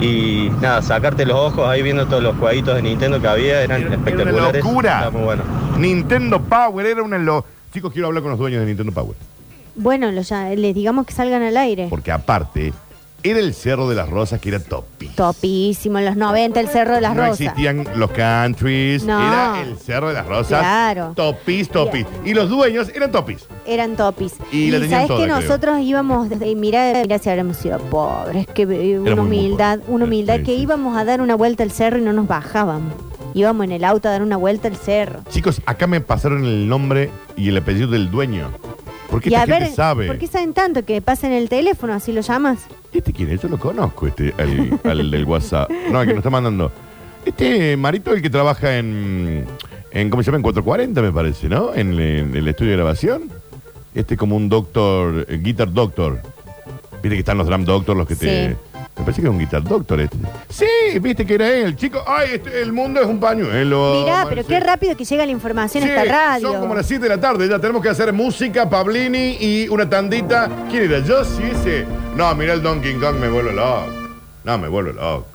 Y nada, sacarte los ojos ahí viendo todos los jueguitos de Nintendo que había, eran espectaculares.
locura.
Está muy bueno.
Nintendo Power era una lo... Chicos, quiero hablar con los dueños de Nintendo Power.
Bueno, los ya- les digamos que salgan al aire.
Porque aparte, era el Cerro de las Rosas que era top.
Topísimo, en los 90 el Cerro de las
no
Rosas.
existían los countries,
No.
era el Cerro de las Rosas.
Claro.
Topis, topis. Y los dueños eran topis.
Eran topis.
Y la tenían
sabes
toda,
que
creo.
nosotros íbamos, eh, mira, mira si habremos sido pobres, que eh,
Era
una
muy, muy
humildad, una humildad
sí,
que
sí.
íbamos a dar una vuelta al cerro y no nos bajábamos. Íbamos en el auto a dar una vuelta al cerro.
Chicos, acá me pasaron el nombre y el apellido del dueño. Porque esta gente sabe.
¿por qué saben tanto que pasen el teléfono, así lo llamas?
¿Este quién es? Yo lo conozco, este, al, al del WhatsApp. No, el que nos está mandando. Este Marito, el que trabaja en, en ¿cómo se llama? En 440, me parece, ¿no? En, le- en el estudio de grabación. Este como un doctor, eh, guitar doctor. Viste que están los drum doctor, los que te...
Sí.
Me parece que es un guitar doctor este. Sí, viste que era él, chico. Ay, este- el mundo es un pañuelo.
Mirá, pero qué rápido que llega la información a esta radio.
Son como las 7 de la tarde, ya tenemos que hacer música, Pablini y una tandita. ¿Quién era? Yo sí ese. No, mira el Donkey Kong, me vuelvo loco. No, me vuelvo loco.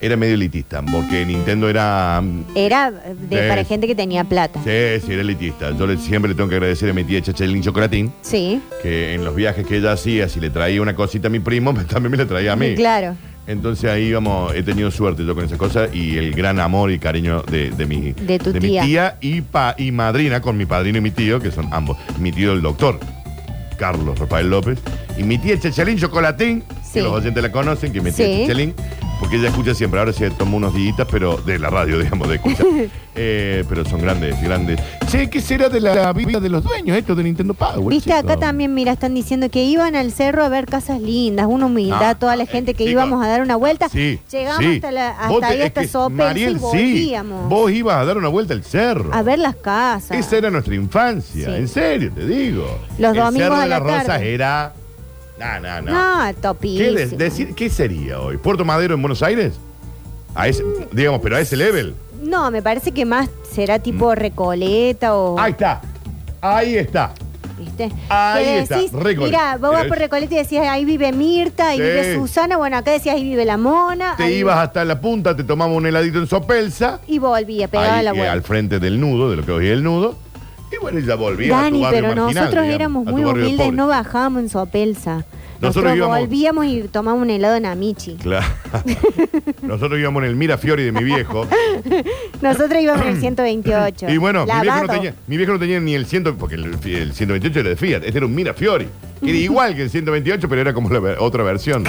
era medio elitista, porque Nintendo era... mm,
Era de,
Sí.
para gente que tenía plata.
Sí, sí, era elitista. Yo le- siempre le tengo que agradecer a mi tía Chachelín Chocolatín,
Sí.
que en los viajes que ella hacía, si le traía una cosita a mi primo, también me la traía a mí.
Claro.
Entonces ahí íbamos, he tenido suerte yo con esa cosa y el gran amor y cariño de, de mi,
De tu
mi
tía.
tía y, pa- y madrina, con mi padrino y mi tío, que son ambos. Mi tío el doctor, Carlos Rafael López, y mi tía Chachelín Chocolatín,
Sí.
que los oyentes la conocen, que es mi tía
Sí.
Chachelín, porque ella escucha siempre, ahora se toma unos días, pero de la radio, digamos, de escuchar. Eh, pero son grandes, grandes. Che, ¿qué será de la vida de los dueños esto de Nintendo Power?
Viste,
chico?
acá también, mira, están diciendo que iban al cerro a ver casas lindas, una humildad,
No,
toda la gente que
chicos,
íbamos a dar una vuelta.
Sí,
Llegamos
sí.
hasta, la,
Vos
hasta
te-
ahí,
es
hasta
que,
Sopel,
Mariel,
sí,
sí.
volvíamos.
Vos ibas a dar una vuelta al cerro.
A ver las casas.
Esa era nuestra infancia,
Sí.
en serio, te digo.
Los
el
domingos
Cerro
a
de
la
las Rosas
tarde.
era. No, no, no.
No,
¿Qué,
topísimo.
de- decir, ¿Qué sería hoy? ¿Puerto Madero en Buenos Aires? A ese, digamos, pero a ese level.
No, me parece que más será tipo Recoleta o...
Mm. Ahí está. Ahí está.
¿Viste?
Ahí
Que
está,
decís,
Recoleta.
Mira, vos vas
Pero
por
es-
Recoleta y decías, ahí vive Mirta, ahí
Sí.
vive Susana, bueno, acá decías, ahí vive la mona.
Te
Ah, ahí-
ibas hasta la punta, te tomamos un heladito en Sopelsa,
Y volvía, pegaba
ahí,
la
eh,
vuelta.
al frente del nudo, de lo que hoy es el nudo. Y bueno, y ya volvías a tu
Dani,
barrio
pero
marginal,
nosotros
digamos,
éramos
a tu
muy
barrio de
humildes,
pobres.
no bajábamos en Sopelsa. Nosotros,
íbamos-
volvíamos y tomábamos un helado en Amichi.
Claro. Nosotros íbamos en el Mirafiori de mi viejo.
Nosotros íbamos en el 128.
Y bueno, mi viejo, no
Lavado.
tenía, mi viejo no tenía ni el 100, porque el, el 128 era de Fiat, este era un Mirafiori. que Era igual que el 128, pero era como la ver- otra versión.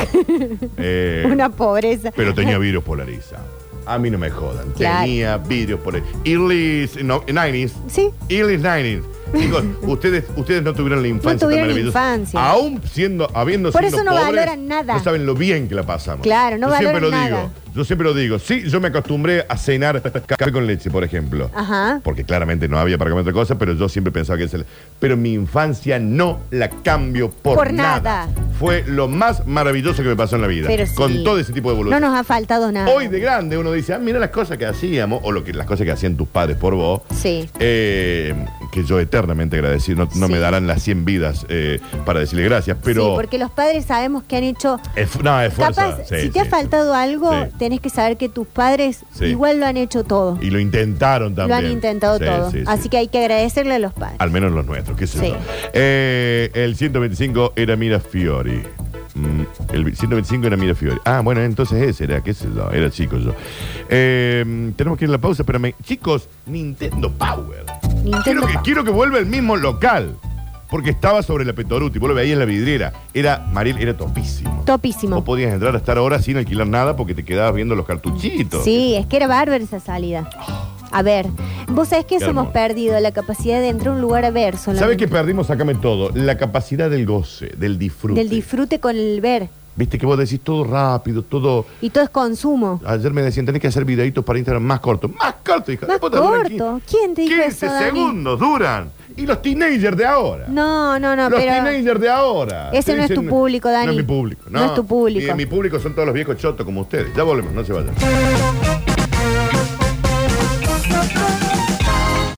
Eh,
Una pobreza.
Pero tenía vidrios polarizados. A mí no me jodan.
Claro.
Tenía vidrios polarizados. Early no, 90s.
Sí.
Early 90s. Chicos, ustedes, ustedes no tuvieron la infancia tan
tuvieron la
maravillosa.
infancia.
Aún siendo, habiendo
Por
siendo
eso no
pobres,
valoran nada.
No saben lo bien que la pasamos.
Claro, no
yo siempre lo
valoran nada.
digo. Yo siempre lo digo. Sí, yo me acostumbré a cenar café con leche, por ejemplo.
Ajá.
Porque claramente no había para comer otra cosa, pero yo siempre pensaba que es el... Pero mi infancia no la cambio por,
Por nada.
Fue lo más maravilloso que me pasó en la vida.
Pero sí.
Con todo ese tipo de
No
evolución.
nos ha faltado nada.
Hoy de grande uno dice, ah, mira las cosas que hacíamos, o lo que, las cosas que hacían tus padres por vos.
Sí.
eh, que yo eternamente agradecido, no, no me darán las 100 vidas eh, para decirle gracias, pero...
Sí, porque los padres sabemos que han hecho...
es, no, es fuerza.
Capaz,
sí,
si te ha
sí.
faltado algo,
Sí.
tenés que saber que tus padres
Sí.
igual lo han hecho todo.
Y lo intentaron también.
Lo han intentado
Sí,
todo.
sí, sí.
Así que hay que agradecerle a los padres.
Al menos los nuestros, qué sé
Sí.
yo. Eh, el 125 era Mirafiori. Mm, el 125 era Mirafiori. Ah, bueno, entonces ese era, qué sé yo, era chico yo. Eh, tenemos que ir a la pausa, pero me... Chicos, Nintendo Power. quiero, que, quiero que vuelva el mismo local. Porque estaba sobre la Petoruti, vos lo veías en la vidriera. Era, Mariel, era topísimo.
Topísimo.
No podías entrar a estar ahora sin alquilar nada porque te quedabas viendo los cartuchitos.
Sí, es que era bárbaro esa salida. A ver, vos sabés que
Qué
eso hemos
hermoso.
perdido, la capacidad de entrar a un lugar a ver
¿Sabes
solamente.
qué perdimos? Sácame todo. La capacidad del goce, del disfrute.
Del disfrute con el ver.
Viste que vos decís todo rápido, todo.
Y todo es consumo.
Ayer me decían, tenés que hacer videitos para Instagram más cortos. Más cortos, hijo de
Más
puta, duran
corto. ¿Quién te dijo
15
eso, Dani?
segundos duran. Y los teenagers de ahora.
No, no, no,
los
pero...
teenagers de ahora.
Ese
Te
no es tu público, Dani.
No es mi público. No,
No es tu público.
Mi, mi público son todos los viejos chotos como ustedes. Ya volvemos, no se vayan.